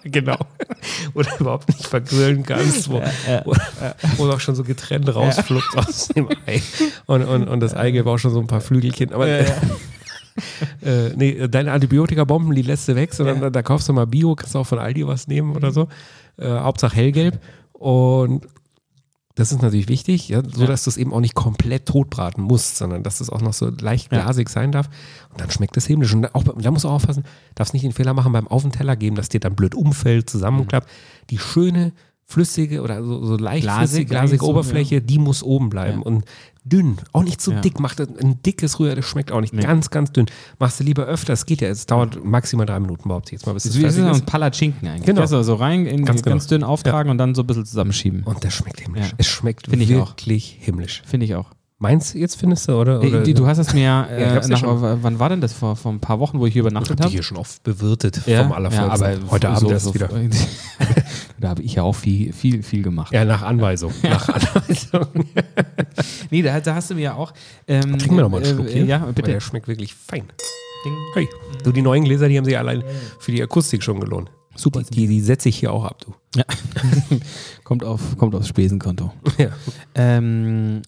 genau. (laughs) Oder überhaupt nicht vergrillen kannst, wo, wo, wo auch schon so getrennt rausfluckt aus dem Ei. Und, und, und das Eigelb auch schon so ein paar Flügelchen. Aber äh, nee, deine Antibiotika-Bomben, die lässt du weg, sondern da, da kaufst du mal Bio, kannst auch von Aldi was nehmen oder so. Äh, Hauptsache hellgelb. Und das ist natürlich wichtig, ja, so dass du es eben auch nicht komplett totbraten musst, sondern dass es auch noch so leicht glasig sein darf. Und dann schmeckt es himmlisch. Und da, auch, da musst du auch aufpassen, darfst nicht den Fehler machen beim Auf den Teller geben, dass dir dann blöd umfällt, zusammenklappt. Die schöne, flüssige oder so, so leicht Glasig, flüssig, glasige so, ja. Oberfläche, die muss oben bleiben. Und dünn, auch nicht zu Ja. dick, macht das- ein dickes Rührei, das schmeckt auch nicht. Ganz, ganz dünn. Machst du lieber öfter, es geht ja, es dauert maximal drei Minuten, behaupte ich jetzt mal, bis es Wie ist fertig das ist. ein Palatschinken eigentlich? Genau. Weißt du, so rein, in, Ganz ganz, genau. dünn auftragen und dann so ein bisschen zusammenschieben. Und das schmeckt himmlisch. Ja. Es schmeckt Finde ich auch. wirklich himmlisch. Finde ich auch. Meinst du, jetzt findest du, oder? oder Äh, Du hast es mir ja, ich äh, hab's (laughs) ja nach, schon. wann war denn das? Vor, vor ein paar Wochen, wo ich hier übernachtet hab die habe? hier schon oft bewirtet Ja, vom Allerfeinsten. ja, aber Heute Abend so, erst so- wieder. (laughs) da habe ich ja auch viel, viel, viel gemacht. Ja, nach Anweisung. Nach (laughs) Anweisung. Nee, da, da hast du mir ja auch. Ähm, Trinken wir noch mal einen Schluck äh, hier. Ja, Weil Der bitte. schmeckt wirklich fein. Hey, du, die neuen Gläser, die haben sich allein für die Akustik schon gelohnt. Super. Die, die, die setze ich hier auch ab, du. Kommt, auf, kommt aufs Spesenkonto. (laughs) Ja. Ähm,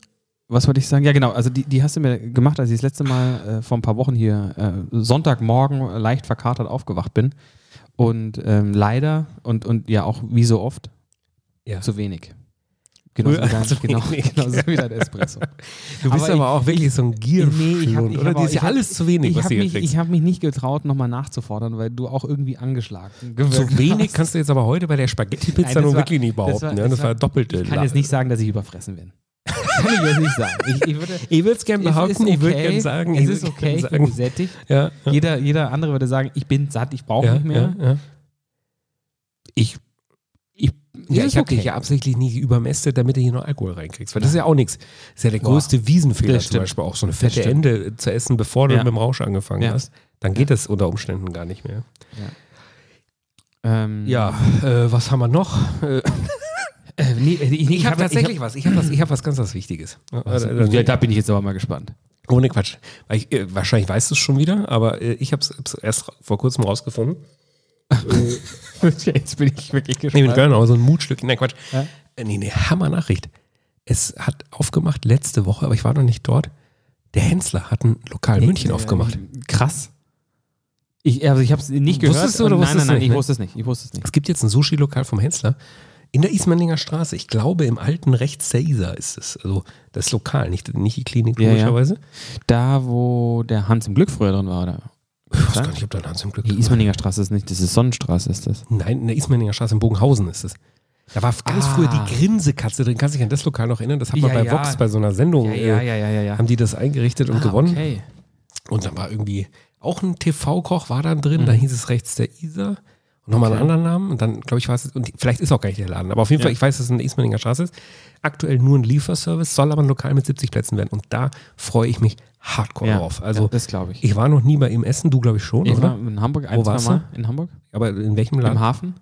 was wollte ich sagen? Ja, genau. Also, die, die hast du mir gemacht, als ich das letzte Mal äh, vor ein paar Wochen hier äh, Sonntagmorgen leicht verkatert aufgewacht bin. Und ähm, leider und, und ja auch wie so oft Ja. zu wenig. Genau, so wie dein- Zu genau, (laughs) wenig. genau so wie (laughs) dein Espresso. Du bist aber, Aber auch wirklich so ein gier Nee, ich hab- ich oder? hab Die auch- ist ja ich hab- alles zu wenig, Ich was habe du hier mich, kriegst. ich hab mich nicht getraut, nochmal nachzufordern, weil du auch irgendwie angeschlagen Zu gewirkt wenig hast. kannst du jetzt aber heute bei der Nein, Spaghetti-Pizza das nun war- wirklich nicht das war- behaupten. ne? das das war war- doppelte. Ich kann jetzt nicht sagen, dass ich überfressen bin. (laughs) kann ich jetzt nicht sagen. Ich, ich würde, Ich würde es gerne es ist behaupten, okay, ich würde gerne sagen. ich es würd ist gern okay, ich bin sagen. gesättigt. Ja, ja, Jeder, jeder andere würde sagen, ich bin satt, ich brauche ja, nicht mehr. Ja, ja. Ich, ich, Ja, ich ist habe okay. dich ja absichtlich nicht übermästet, damit du hier noch Alkohol reinkriegst. Weil das ist ja auch nichts. Das ist ja der Boah. größte Wiesenfehler Das zum stimmt. Beispiel, auch so eine Das fette stimmt. Ende zu essen, bevor du Ja. mit dem Rausch angefangen Ja. hast. Dann geht das unter Umständen gar nicht mehr. Ähm, Ja, äh, was haben wir noch? Äh, äh, nee, ich, ich, ich äh, habe hab- tatsächlich was. Ich habe was, ich hab was ganz was Wichtiges. Ich hab, ja, da bin ich jetzt aber mal gespannt. Ohne Quatsch. Weil Ich, äh, wahrscheinlich weißt du es schon wieder, aber äh, ich habe es erst vor kurzem rausgefunden. (laughs) jetzt bin ich wirklich Nee, mit gespannt. Köln, aber so ein Mutstück. Nein, Quatsch. Ja. Äh, Nee, nee, Hammer-Nachricht. Es hat aufgemacht letzte Woche, aber ich war noch nicht dort. Der Hensler hat ein Lokal in München äh, aufgemacht. Krass. Ich, also ich habe es nicht gehört. Wusstest du oder und nein, wusstest nein, nein, du nicht, ich ne? wusste es nicht. Ich wusste es nicht. Es gibt jetzt ein Sushi-Lokal vom Hensler in der Ismaninger Straße. Ich glaube, im alten rechts der Isar ist es. Also das Lokal, nicht, nicht die Klinik, Ja, ja. logischerweise. Also Da, wo der Hans im Glück früher drin war, oder? Ich weiß gar nicht, ob da Hans im Glück Die Ismaninger Straße ist nicht, das ist Sonnenstraße, ist das. Nein, in der Ismaninger Straße in Bogenhausen ist es. Da war ganz Ah. früher die Grinsekatze drin. Kannst du dich an das Lokal noch erinnern? Das hat man Ja, bei ja. Vox bei so einer Sendung. Ja, ja, äh, ja, ja, ja. ja. Ah, Haben die das eingerichtet und gewonnen. Okay. Und dann war irgendwie auch ein TV-Koch war dann drin. Da Mhm. hieß es rechts der Isa. Und nochmal einen anderen Namen. Und dann, glaube ich, war es, und vielleicht ist auch gar nicht der Laden. Aber auf jeden Fall, ich weiß, dass es in der Ismaninger Straße ist. Aktuell nur ein Lieferservice, soll aber ein Lokal mit 70 Plätzen werden. Und da freue ich mich hardcore Ja, drauf. ja, Also, das glaube ich. ich war noch nie bei ihm essen. Du, glaube ich, schon, Ich oder? war in Hamburg ein, Wo zwei warst Mal. In Hamburg? Aber in welchem Im Laden? Hafen?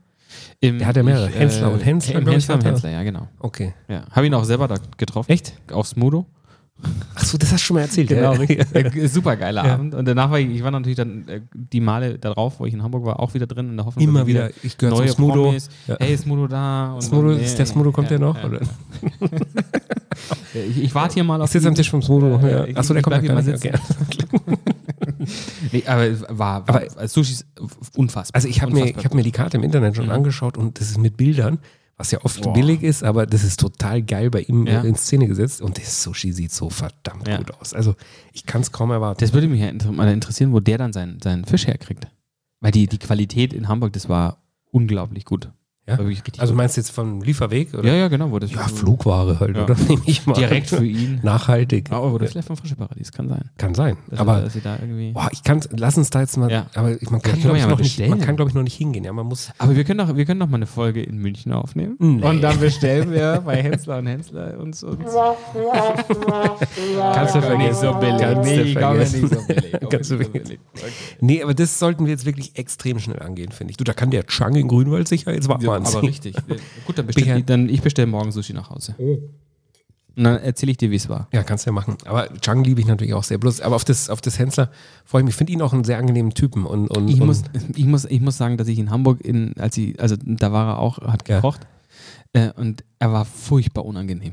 Im, Der hat ja mehrere. Hensler und Hensler, Im glaub ich, Hensler und hat er. Hensler, ja, genau. Okay. Ja. Habe ihn auch selber da getroffen. Echt? Auf Smudo. Achso, das hast du schon mal erzählt. Genau, ja. (laughs) Äh, Super geiler Abend. Und danach war ich, ich war natürlich dann äh, die Male darauf, wo ich in Hamburg war, auch wieder drin in der (laughs) Hoffnung, Immer dass wieder. Ich gehör neue zum Smudo. Promis. Ja. Hey, ist Smudo da? Und Smudo, dann, ist der hey, Smudo kommt ja, der noch? ja. Oder? Ich, ich warte hier mal auf Ist jetzt am ihn. Tisch vom Smudo noch? Ja. Ja, ich- Achso, der ich kommt bleib ja gar hier nicht. Okay. mal Nee, aber es war, war Aber- Sushi ist unfassbar. Also ich habe mir, Unfassbar Mhm. ich hab mir die Karte im Internet schon angeschaut und das ist mit Bildern, was ja oft billig ist, aber das ist total geil bei ihm Ja. in Szene gesetzt und das Sushi sieht so verdammt Ja. gut aus. Also ich kann es kaum erwarten. Das würde mich ja inter- mal interessieren, wo der dann seinen, seinen Fisch herkriegt. Weil die, die Qualität in Hamburg, das war unglaublich gut. Ja? War wirklich richtig also meinst du jetzt vom Lieferweg? gut. Oder? ja, ja, genau. Wo das Ja, Flugware halt, Ja. oder? (laughs) Nehme ich mal. Direkt für ihn. Nachhaltig. Aber oder vielleicht vom Frischeparadies, kann sein. Kann sein. Dass er- aber dass sie da irgendwie boah, ich kann, lass uns da jetzt mal, Also Ja. aber ich- man kann, glaube können wir ich, ja noch mal nicht- man bestellen. kann, glaub ich, noch nicht hingehen. Ja, man muss Aber wir können, doch, wir können doch mal eine Folge in München aufnehmen. Und dann bestellen wir bei Hensler und Hensler uns. uns. Kannst du vergessen. so billig. Kannst du Nee, ich glaube vergessen. nicht so (laughs) billig. Kannst du Nicht so vergessen. billig. Nee, aber das sollten wir jetzt wirklich extrem schnell angehen, finde ich. Du, da kann der Chang in Grünwald sicher jetzt warten. (laughs) Ja, aber richtig. Gut, dann bestell, Becher- dann, ich bestelle morgen Sushi nach Hause. Oh. Und dann erzähle ich dir, wie es war. Ja, kannst du ja machen. Aber Chang liebe ich natürlich auch sehr. Bloß, aber auf das, auf das Hensler freue ich mich. Ich finde ihn auch einen sehr angenehmen Typen. Und, und, Ich und muss, ich, muss, ich muss sagen, dass ich in Hamburg, in, als ich, also da war er auch, hat Ja. gekocht. Äh, und er war furchtbar unangenehm.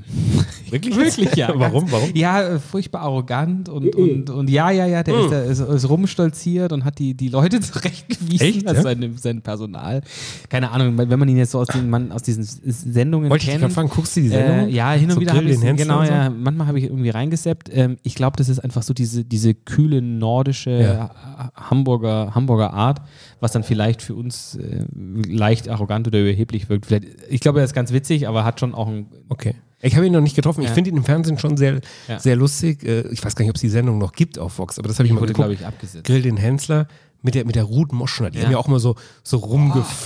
Wirklich? (laughs) Wirklich, ja. Warum, warum? Ja, äh, furchtbar arrogant und, und, und ja, ja, ja, Mm. der ist, da, ist, ist rumstolziert und hat die, die Leute (laughs) zurechtgewiesen, Echt, also ja? sein, sein Personal. Keine Ahnung, wenn man ihn jetzt so aus den, man, aus diesen Sendungen wollte ich dich kennt. gerade fragen, guckst du die Sendung? Äh, ja, hin und So wieder Grill habe ich den Hensler genau, und so? ja, manchmal habe ich irgendwie reingeseppt. Ähm, ich glaube, das ist einfach so diese, diese kühle nordische Ha- Hamburger, Hamburger Art, was dann vielleicht für uns äh, leicht arrogant oder überheblich wirkt. Vielleicht, ich glaube, er ist ganz witzig, aber hat schon auch ein Okay. Ich habe ihn noch nicht getroffen. Ich Ja. finde ihn im Fernsehen schon sehr, Ja. sehr lustig. Äh, Ich weiß gar nicht, ob es die Sendung noch gibt auf Vox, aber das habe ich mal wurde, geguckt. glaube ich, abgesetzt. Grill den Hensler mit der, mit der Ruth Moschner. Die haben ja auch mal so, so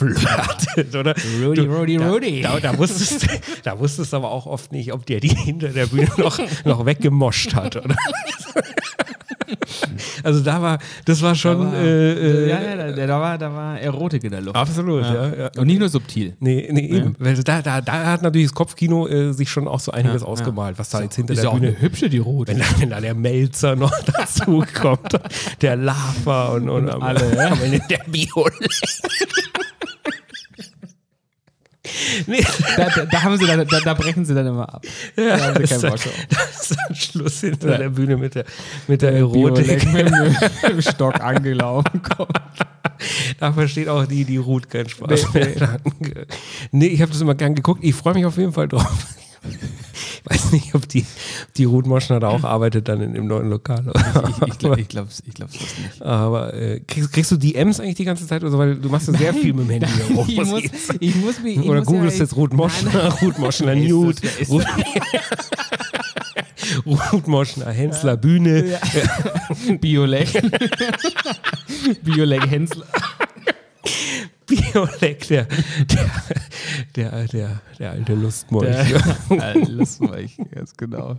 rumgeflirtet, oder? Oh. Rudy, Rudy, da, Rudy. Da, da, wusstest, da wusstest du aber auch oft nicht, ob der die hinter der Bühne noch, noch weggemoscht hat, (laughs) oder? also da war, das war schon äh, äh, ja, ja, da, da, war, da war Erotik in der Luft. absolut, ja. ja. Und nicht nur subtil. Nee, nee, eben. Weil da, da, da hat natürlich das Kopfkino äh, sich schon auch so einiges ausgemalt, was da jetzt hinter der Bühne hübsche, die Rot. wenn da, wenn da der Melzer noch (laughs) dazu kommt, der Lava und, und, am- alle, ja. am Ende der Biolek. nee, Da, da, da, haben sie dann, da, da brechen sie dann immer ab. ja, das, haben sie keinen ist dann- Bock drauf. das ist am Schluss hinter der Bühne mit der, mit der Erotik. Biolek mit (laughs) dem- mit dem Stock angelaufen kommt. Da versteht auch die, die Ruth keinen Spaß mehr. Danke. Nee, ich habe das immer gern geguckt. Ich freue mich auf jeden Fall drauf. Ich weiß nicht, ob die, die Ruth Moschner da auch arbeitet dann in dem neuen Lokal. Ich, ich, glaub, ich glaub's, ich glaub's fast nicht. Aber äh, kriegst, kriegst du DMs eigentlich die ganze Zeit? Also, weil du machst ja sehr viel mit dem Handy herum. Ich was muss, jetzt- ich muss mir, ich Oder muss ja- googelst jetzt Ruth Moschner, (laughs) Ruth Moschner Nude, Ruth, (laughs) Ruth Moschner Hensler Bühne. Biolek. (laughs) Biolek Hensler. Biolek, der, der, der, der, der alte Oh, Lustmolch. Alles weich, ganz genau.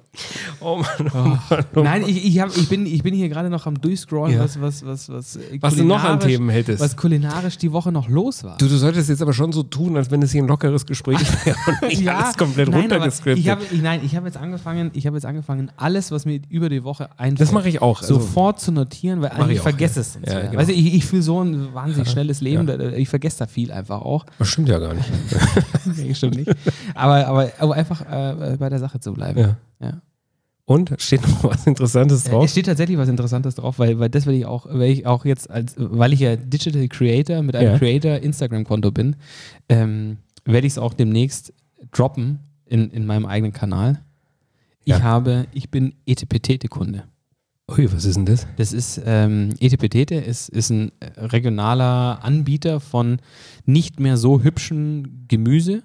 Oh Mann, oh Mann. Nein, ich, ich, hab, ich, bin, ich bin hier gerade noch am Durchscrollen, Ja. was, was, was, was, äh, Was du noch an kulinarisch- Themen hättest. Was kulinarisch die Woche noch los war. Du, du solltest jetzt aber schon so tun, als wenn es hier ein lockeres (laughs) Gespräch wäre und nicht alles komplett nein, aber runtergescriptet. Ich habe, ich, nein, ich habe jetzt angefangen, ich habe jetzt angefangen, alles, was mir über die Woche einfällt, Das mache ich auch, also- sofort zu notieren, weil ich ich, auch, vergesse ja. es. Sonst Ja, wieder. genau. Weißt du, ich, ich fühle so ein wahnsinnig schnelles Leben, da- da- ich vergesse da viel einfach auch. (laughs) das stimmt ja gar nicht. nee, stimmt nicht. Aber, aber, aber einfach äh, bei der Sache zu bleiben. Ja. Ja. Und steht noch was Interessantes Äh, Es drauf? steht tatsächlich was Interessantes drauf, weil, weil das will ich auch, weil ich auch jetzt als, weil ich ja Digital Creator mit einem Ja. Creator Instagram-Konto bin, ähm, werde ich es auch demnächst droppen in, in meinem eigenen Kanal. Ich Ja. habe, ich bin Etepetete-Kunde. Ui, was ist denn das? Das ist ähm, Etepetete ist, ist ein äh, regionaler Anbieter von nicht mehr so hübschen Gemüse,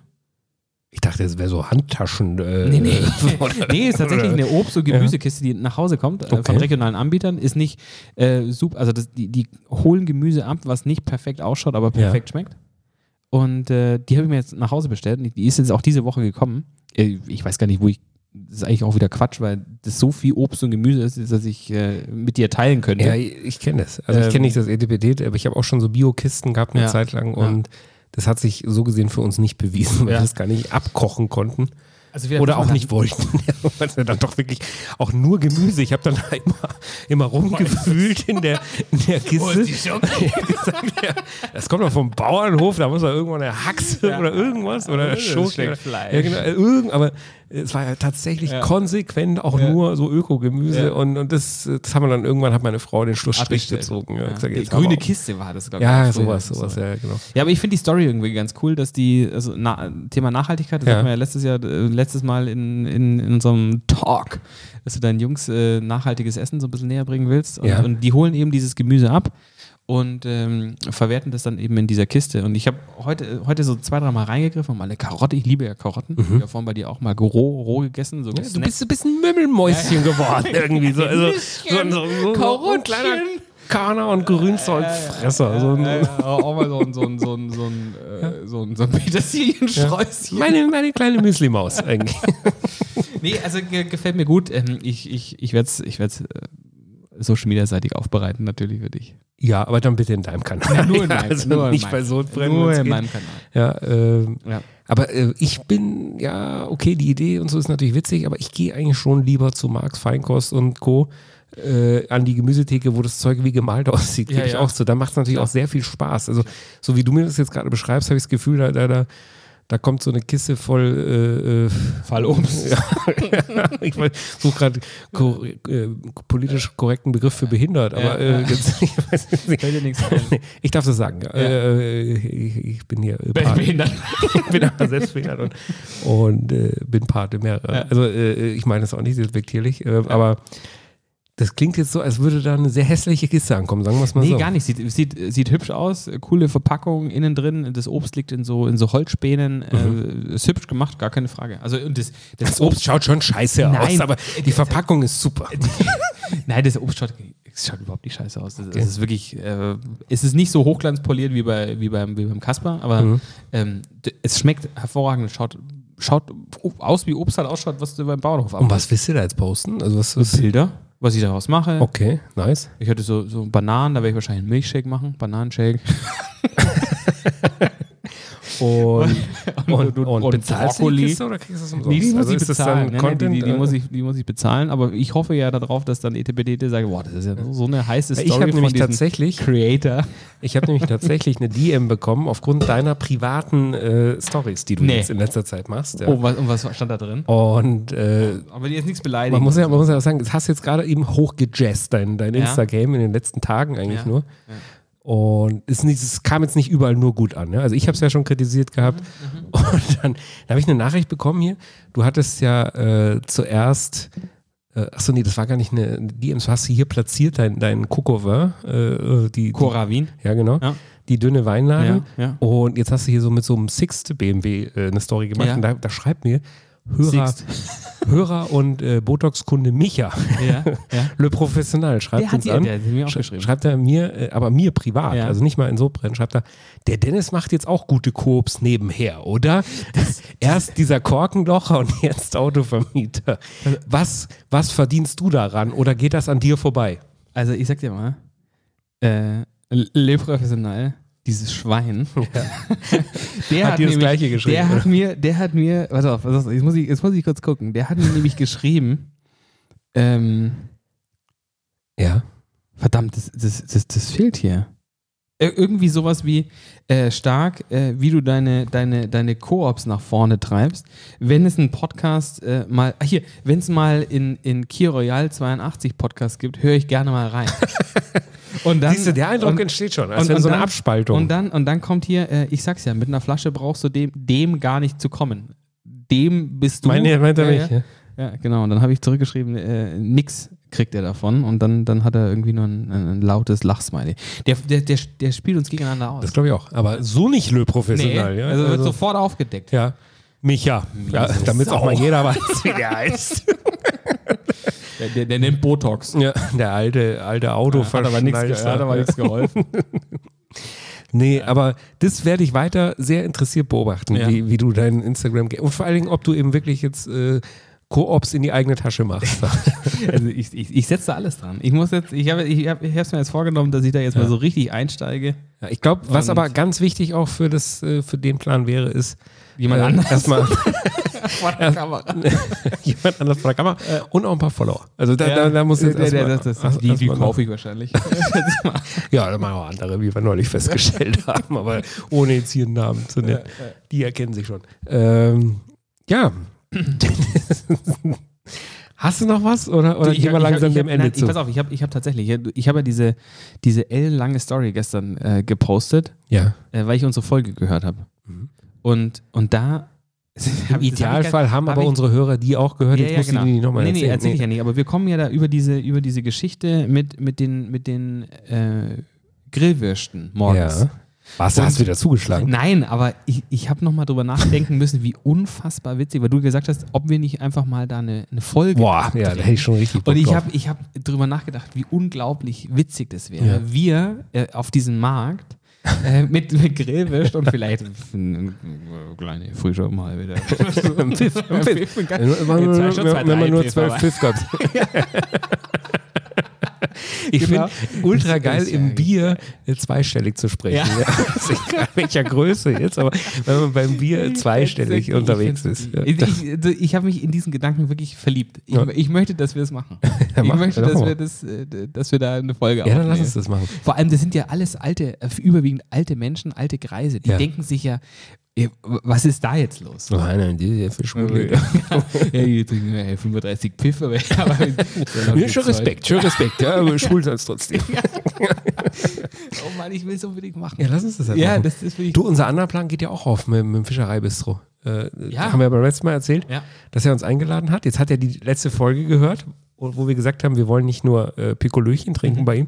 Ich dachte, es wäre so Handtaschen. Äh, nee, (laughs) nee. (laughs) nee, ist tatsächlich eine Obst- und Gemüsekiste, die nach Hause kommt äh, Okay. von regionalen Anbietern. Ist nicht äh, super, also das, die, die holen Gemüse ab, was nicht perfekt ausschaut, aber perfekt schmeckt. Und äh, die habe ich mir jetzt nach Hause bestellt und die ist jetzt auch diese Woche gekommen. Äh, ich weiß gar nicht, wo ich. Das ist eigentlich auch wieder Quatsch, weil das so viel Obst und Gemüse ist, dass ich äh, mit dir teilen könnte. Ja, ich, ich kenne das. Also ich Ähm. kenne nicht das ETPD, aber ich habe auch schon so Biokisten gehabt eine Ja. Zeit lang und das hat sich so gesehen für uns nicht bewiesen, weil Ja. wir es gar nicht abkochen konnten Also wir- oder auch nicht wollten, (laughs) weil wir dann doch wirklich auch nur Gemüse. Ich habe dann (laughs) immer, immer rumgefühlt in der, in der Kiste. Gesagt, (laughs) ja, das kommt doch vom Bauernhof, da muss man irgendwo eine Haxe oder irgendwas oder Schoki. steckt oder- Fleisch. Ja, genau, irgend, aber es war ja tatsächlich konsequent auch nur so Ökogemüse Ja. und, und das, das haben wir dann irgendwann hat meine Frau den Schlussstrich Abgestellt. gezogen. Ja, Ja. gesagt, Die jetzt haben grüne wir auch- Kiste war das, glaube Ja, früher. sowas, So. sowas, ja, genau. Ja, aber ich finde die Story irgendwie ganz cool, dass die, also na, Thema Nachhaltigkeit, das Ja. hatten wir ja letztes Jahr, äh, letztes Mal in, in, in unserem Talk, dass du deinen Jungs äh, nachhaltiges Essen so ein bisschen näher bringen willst. Und, Ja. und die holen eben dieses Gemüse ab und ähm, verwerten das dann eben in dieser Kiste. Und ich habe heute, heute so zwei, dreimal reingegriffen und mal eine Karotte, ich liebe ja Karotten, ich habe vorhin bei dir auch mal roh, roh gegessen, so Mhm. Du bist, du bist ein Mümmelmäuschen geworden irgendwie. So, also, so, ein- so, so, so ein Karottchen. kleiner Karner und Grünzeugfresser. So ein, Ja, ja, Äh, auch mal so ein, so ein, so ein, so ein, äh, so ein, so ein Petersilien-Sträußchen. meine, meine kleine Müsli-Maus (laughs) eigentlich. Nee, also ge gefällt mir gut. Ähm, ich ich, ich werde es ich werd's, äh, Social Media seitig aufbereiten, natürlich für dich. Ja, aber dann bitte in deinem Kanal. (laughs) Nur in ja, meinem- also nur in nicht meinem- bei so Nur in meinem Kanal. Ja, ähm, Ja. aber äh, ich bin, ja, okay, die Idee und so ist natürlich witzig, aber ich gehe eigentlich schon lieber zu Marx Feinkost und Co. Äh, an die Gemüsetheke, wo das Zeug wie gemalt (laughs) aussieht, Ja, gebe ich ja. auch zu. Da macht es natürlich auch sehr viel Spaß. Also, so wie du mir das jetzt gerade beschreibst, habe ich das Gefühl, da, da, da, da kommt so eine Kiste voll äh, äh, Fall um. (laughs) ich suche gerade kor äh, politisch korrekten Begriff für behindert, aber Ja, äh, (laughs) jetzt, ich weiß es nicht. Fällt dir nichts (laughs) ein. Nee, ich darf das sagen. Äh, ich, ich bin hier äh, Pate. Behindert. (laughs) ich bin aber selbst behindert und, und äh, bin Pate mehrerer. Also äh, ich meine das auch nicht despektierlich, äh, aber das klingt jetzt so, als würde da eine sehr hässliche Kiste ankommen, sagen wir es mal Nee, so. gar nicht. Sieht, sieht, sieht hübsch aus. äh, Coole Verpackung innen drin. Das Obst liegt in so, in so Holzspänen. Äh, ist hübsch gemacht, gar keine Frage. Also und das, das, Das Obst schaut schon scheiße aus, Nein. Äh, aber die Verpackung ist super. Nein, das Obst schaut, es schaut überhaupt nicht scheiße aus. Das, das ist wirklich, äh, es ist nicht so hochglanzpoliert wie, bei, wie beim, wie beim Kasper, aber Mhm. ähm, d- es schmeckt hervorragend. Es Schaut, schaut o- aus, wie Obst halt ausschaut, was du beim Bauernhof Und abmachst. was willst du da jetzt posten? Also was, was Oh. Bilder, was ich daraus mache. Okay, nice. Ich hätte so, so Bananen, da werde ich wahrscheinlich einen Milchshake machen, (laughs) Bananenshake. (laughs) Und, und, und, und bezahlst du die Brokkoli. Kiste oder kriegst du das umsonst? Nee, die muss Also ich ist das bezahlen. dann Nein, nein, Content, die, die, die, äh? muss ich, die muss ich bezahlen, aber ich hoffe ja darauf, dass dann E ETPD sagt, boah, das ist ja so eine heiße Story Ich habe nämlich diesem tatsächlich, Creator. ich habe nämlich tatsächlich eine DM bekommen aufgrund deiner privaten äh, Stories, die du Nee. jetzt in letzter Zeit machst. Ja. Oh, was, und was stand da drin? Und äh, Aber die ist nichts beleidigt. man muss ja, man muss ja sagen, es hast jetzt gerade eben hochgejazzt dein, dein Ja. Insta-Game in den letzten Tagen eigentlich Ja. nur. Und es, ist nicht, es kam jetzt nicht überall nur gut an. Ne? Also ich habe es ja schon kritisiert gehabt. Mhm, Und dann, dann habe ich eine Nachricht bekommen hier. Du hattest ja äh, zuerst äh, Achso, nee, das war gar nicht eine DMs. Hast du hier platziert, dein, dein Cocover, äh, die, die Koravin. Ja, genau. Ja. Die dünne Weinlage. Ja, ja. Und jetzt hast du hier so mit so einem Sixt BMW äh, eine Story gemacht. Ja. Und da, da schreibt mir Hörer, Hörer und äh, Botox-Kunde Micha, (laughs) (laughs) Ja, ja. Le Professional, schreibt Der hat uns die- an. der hat mir auch Sch- geschrieben. Schreibt er mir, äh, aber mir privat, Ja. also nicht mal in so brennen, schreibt er, der Dennis macht jetzt auch gute Koops nebenher, oder? (laughs) Erst dieser Korkenlocher und jetzt Autovermieter. Also- Was, was verdienst du daran oder geht das an dir vorbei? Also ich sag dir mal, äh, Le Professional, dieses Schwein, (laughs) der Hat dir das nämlich- Gleiche geschrieben, Der oder? hat mir, der hat mir, pass auf, pass auf jetzt, muss ich, jetzt muss ich kurz gucken, der hat mir nämlich geschrieben, ähm, Ja. verdammt, das, das, das, das fehlt hier. Ir- Irgendwie sowas wie äh, stark, äh, wie du deine, deine, deine Koops nach vorne treibst. Wenn es einen Podcast äh, mal, ah, hier, wenn es mal in, in Key Royal 82 Podcast gibt, höre ich gerne mal rein. (laughs) Und dann, Siehst du, der Eindruck und- entsteht schon, als wenn so eine Abspaltung. Und dann, und dann kommt hier, äh, ich sag's ja, mit einer Flasche brauchst du dem, dem gar nicht zu kommen. Dem bist du. Meine- meint er ja, mich, ja. Ja. ja, genau. Und dann habe ich zurückgeschrieben, äh, nix kriegt er davon. Und dann, dann hat er irgendwie nur ein, ein, ein lautes Lachsmiley. Der, der, der, der spielt uns gegeneinander aus. Das glaube ich auch. Aber so nicht Le Professional. ja. Also also, wird sofort aufgedeckt. ja. Micha. Ja, Damit auch mal jeder (laughs) weiß, wie der heißt. Der, der, der nimmt Botox. Ja, der alte, alte Auto Hat aber nichts ge- hat aber (laughs) nichts geholfen. Nee, aber das werde ich weiter sehr interessiert beobachten, Ja. wie, wie du dein Instagram ge- Und vor allen Dingen, ob du eben wirklich jetzt äh, Koops in die eigene Tasche (laughs) machst. Also ich, ich, ich setze da alles dran. Ich muss jetzt, ich habe ich hab, ich hab's mir jetzt vorgenommen, dass ich da jetzt mal so richtig einsteige. Ja, ich glaube, was Und- aber ganz wichtig auch für, das, äh, für den Plan wäre, ist, Jemand äh, anders. Erstmal Vor der Kamera. (laughs) jemand anders vor der Kamera und auch ein paar Follower. Also da, Ja, da, da muss jetzt der, der, erstmal- das, das, erst- die die erstmal noch- kaufe (laughs) ich wahrscheinlich. (laughs) Ja, da machen auch andere, wie wir neulich (laughs) festgestellt haben, aber ohne jetzt hier einen Namen zu nennen. Die erkennen sich schon. Ähm, ja. Hast du noch was? Oder, oder gehen wir langsam ich, dem Ende nein, ich, zu? Pass auf, ich habe ich hab tatsächlich, ich habe hab ja diese, diese ellenlange Story gestern äh, gepostet, Ja. äh, weil ich unsere Folge gehört habe. Und, und da... Mhm. (laughs) Im Idealfall haben hab aber ich- unsere Hörer die auch gehört. Ja, jetzt ja, musst genau. du die nicht nochmal nee, nee, erzählen. erzähl ich ja nicht. Aber wir kommen ja da über diese, über diese Geschichte mit, mit den, mit den äh, Grillwürsten morgens. Ja. Was, Und- hast du wieder zugeschlagen? Nein, aber ich, ich habe nochmal drüber nachdenken müssen, wie unfassbar witzig, weil du gesagt hast, ob wir nicht einfach mal da eine, eine Folge Boah, abdrehen. ja, da hätte ich schon richtig Bock Und ich drauf. (laughs) habe ich hab drüber nachgedacht, wie unglaublich witzig das wäre. Ja. Wir äh, auf diesem Markt äh, mit, mit Grillwürst und vielleicht (laughs) eine kleine Frische mal wieder. Ein Pfiff, ein Pfiff. Pfiff. Wenn man Jetzt nur- zwei Shots, wenn zwei, man drei nur Pfiff, zwölf aber- Pfiff gab. Ich Genau. finde (laughs) ultra geil, im Bier äh, zweistellig zu sprechen. Ja. (laughs) Ich Ja. weiß nicht, in welcher Größe jetzt, aber wenn man beim Bier äh, zweistellig Ich unterwegs find's- ist. Ja. Ich, ich, also ich habe mich in diesen Gedanken wirklich verliebt. Ich, Ja. ich möchte, dass wir (laughs) es machen. ich mach, möchte, dann dass machen wir, wir. das, äh, d- dass wir da eine Folge ja, dann lass uns das machen. Vor allem, das sind ja alles alte, äh, überwiegend alte Menschen, alte Greise. Die Ja. denken sich ja, äh, was ist da jetzt los? Nein, nein, die ist für Schwule. (laughs) ja, hier trinken wir 35 Piff, aber, (laughs) aber (laughs) Ja, schon Respekt, schon Respekt. Ja, (laughs) aber schwul sein trotzdem. Oh Mann, ich will es unbedingt machen. Ja, lass uns das halt Ja, machen. das ist wirklich. Du, unser anderer Plan geht ja auch auf mit, mit dem Fischereibistro. Äh, Ja. Haben wir beim letzten Mal erzählt, Ja. dass er uns eingeladen hat. Jetzt hat er die letzte Folge gehört, wo wo wir gesagt haben, wir wollen nicht nur äh, Pikolöchen trinken bei ihm,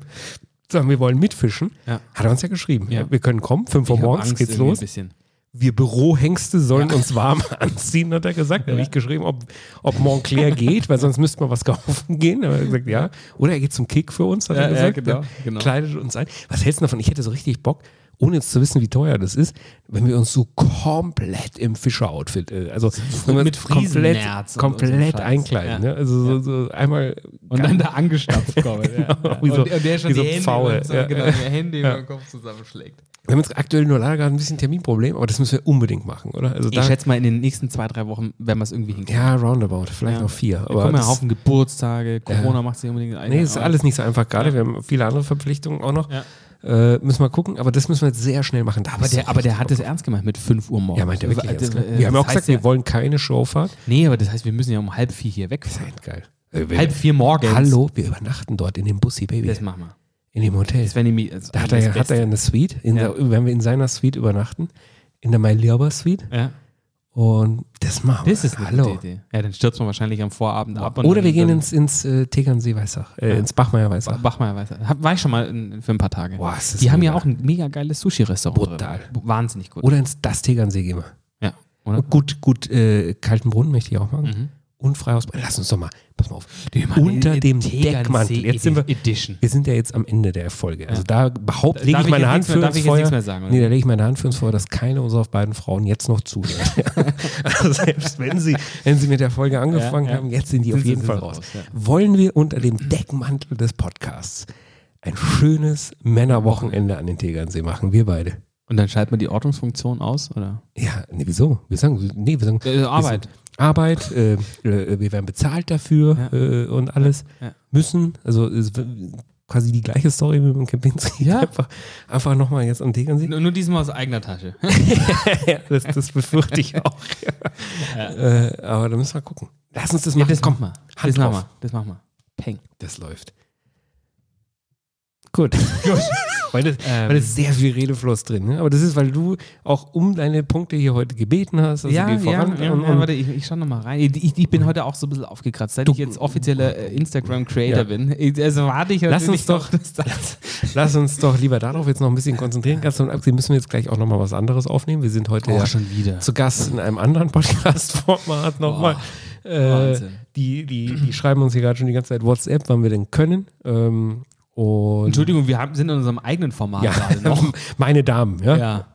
sondern wir wollen mitfischen. Mhm. Ja. Hat er uns ja geschrieben. Ja. Wir können kommen, 5 Uhr Ich hab morgens Angst geht's irgendwie los. Ein bisschen. Wir Bürohengste sollen uns warm (laughs) anziehen, hat er gesagt. Da habe ich geschrieben, ob, ob Montclair geht, weil sonst müssten wir was (laughs) kaufen gehen. Da hat er gesagt, ja. Oder er geht zum Kick für uns, hat Ja, er ja, gesagt. genau, Er genau. Kleidet uns ein. Was hältst du davon? Ich hätte so richtig Bock, ohne jetzt zu wissen, wie teuer das ist, wenn wir uns so komplett im Fischer-Outfit, äh, also wenn wir mit uns komplett, Friesennerz und- und so komplett Scheiß. einkleiden. Ne? Also so, so einmal Und dann da (laughs) angestapft kommen. ja. Ja. (laughs) Wie so- Genau. und, und der schon wie die so ein Hände, Faul. über den- so, Ja, genau, ja. die Hände über den Kopf zusammenschlägt. Wir haben jetzt aktuell nur leider gerade ein bisschen Terminproblem, aber das müssen wir unbedingt machen, oder? Also Ich schätze mal, in den nächsten zwei, drei Wochen werden wir es irgendwie hinkriegen. ja, roundabout, vielleicht Ja. noch vier. Da kommen ja das- einen Haufen Geburtstage, Corona macht sich unbedingt ein. Nee, ist aber- alles nicht so einfach gerade. Wir haben viele andere Verpflichtungen auch noch. Ja. Äh, müssen wir gucken, aber das müssen wir jetzt sehr schnell machen. Da hab Aber ich so der, aber der richtig hat Bock. es ernst gemeint mit 5 Uhr morgens. Ja, meint er wirklich. Also, ernst, äh, ne? wir haben ja das auch gesagt, heißt ja, wir wollen keine Showfahrt. Nee, aber das heißt, wir müssen ja um halb vier hier wegfahren. Geil. Äh, wir- Halb vier morgens. Hallo, wir übernachten dort in dem Bussi Baby. Das machen wir. In dem Hotel. Das wäre nämlich. Das Da hat er, ja, hat er ja eine Suite. In Ja. Der, wenn wir in seiner Suite übernachten, in der My Lover Suite. ja. Und das machen wir. Das ist eine Hallo. gute Idee. Ja, dann stürzt man wahrscheinlich am Vorabend ab. und Oder dann- wir gehen dann- ins, ins äh, Tegernsee-Weißach, äh, ins Bachmeier-Weißach. Bachmeier weiß. Hab- War ich schon mal in, für ein paar Tage. Boah, ist das Die haben ja mega. auch ein mega geiles Sushi-Restaurant. drin. Brutal. Wahnsinnig gut. Oder ins das Tegernsee gehen wir. ja, Mhm. oder? Gut, gut, äh, kalten Brunnen möchte ich auch machen. Und Freihausbrunnen. Lass uns doch mal, pass mal auf. Unter dem Deckmantel. Jetzt sind wir, Edition. wir sind ja jetzt am Ende der Folge. Also da behaupte, Darf lege ich ich meine jetzt Hand nichts für mehr- darf ins ich jetzt Feuer. nichts mehr sagen, oder? nee, da lege ich meine Hand für ins Feuer, dass keine unserer beiden Frauen jetzt noch zuhört. (laughs) also selbst wenn sie, wenn sie mit der Folge angefangen Ja, ja. haben, jetzt sind die auf Sind sie- jeden sind Fall sie raus. raus, ja. Wollen wir unter dem Deckmantel des Podcasts ein schönes Männerwochenende an den Tegernsee machen, wir beide. Und dann schaltet man die Ordnungsfunktion aus, oder? Ja, nee, wieso? Wir sagen, nee, wir sagen, Äh, Arbeit. Wir sind, Arbeit, äh, äh, wir werden bezahlt dafür äh, und alles. Ja. Müssen, also es w- quasi die gleiche Story wie mit dem Kempinski. Ja. Einfach, einfach nochmal jetzt am Tegernsee. Nur, nur diesmal aus eigener Tasche. Ja, das, das befürchte ich (laughs) auch. Äh, aber da müssen wir gucken. Lass uns das machen. das Komm, machen wir. Hand Das machen drauf. wir. Das machen wir. Peng. Das läuft. Gut. (laughs) weil es Ähm. weil es sehr viel Redefluss drin. Ne? Aber das ist, weil du auch um deine Punkte hier heute gebeten hast. Also geh voran. ja, und, ja, und, warte, ich, ich schau nochmal rein. Ich, ich- ich bin heute auch so ein bisschen aufgekratzt, seit ich jetzt offizieller äh, Instagram-Creator Ja. bin. Ich- Also warte ich Lass natürlich uns doch, noch, dass das- (laughs) lass uns doch lieber darauf jetzt noch ein bisschen konzentrieren. Ganz davon abgesehen müssen wir jetzt gleich auch nochmal was anderes aufnehmen. Wir sind heute Oh, ja schon wieder. zu Gast in einem anderen (laughs) Podcast-Format nochmal. Äh, Wahnsinn. die, die, die schreiben uns hier gerade schon die ganze Zeit WhatsApp, wann wir denn können. Ähm, und Entschuldigung, wir haben, sind in unserem eigenen Format ja, gerade noch. meine Damen, (laughs) ja. Ja.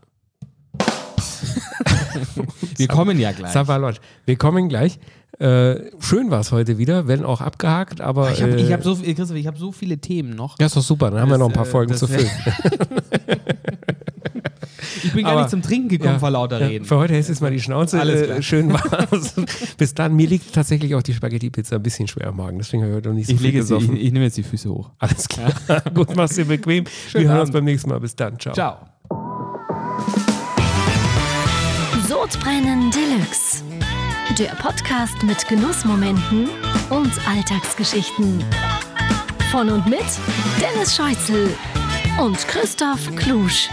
wir kommen ja gleich. Savalot. Wir kommen gleich. Äh, schön war es heute wieder, wenn auch abgehakt, aber. Ah, Ich habe äh, hab so, viel- Christoph, ich hab so viele Themen noch. das ist doch super, dann haben wir Das, noch ein paar äh, Folgen das zu wär- füllen. Ich bin gar aber- nicht zum Trinken gekommen Ja. vor lauter Ja, Reden. Für heute ist jetzt mal die Schnauze. Alles klar. Äh, schön war's. (laughs) (laughs) Bis dann. Mir liegt tatsächlich auch die Spaghetti-Pizza ein bisschen schwer am Magen. Deswegen habe ich heute noch nicht so ich viel lege jetzt, ich, gesoffen. ich nehme jetzt die Füße hoch. Alles (laughs) klar. Gut, mach's dir bequem. Wir hören uns Abend. beim nächsten Mal. Bis dann. Ciao. Ciao. Sodbrennen Deluxe. Der Podcast mit Genussmomenten und Alltagsgeschichten. Von und mit Dennis Scheuzel und Christoph Klusch.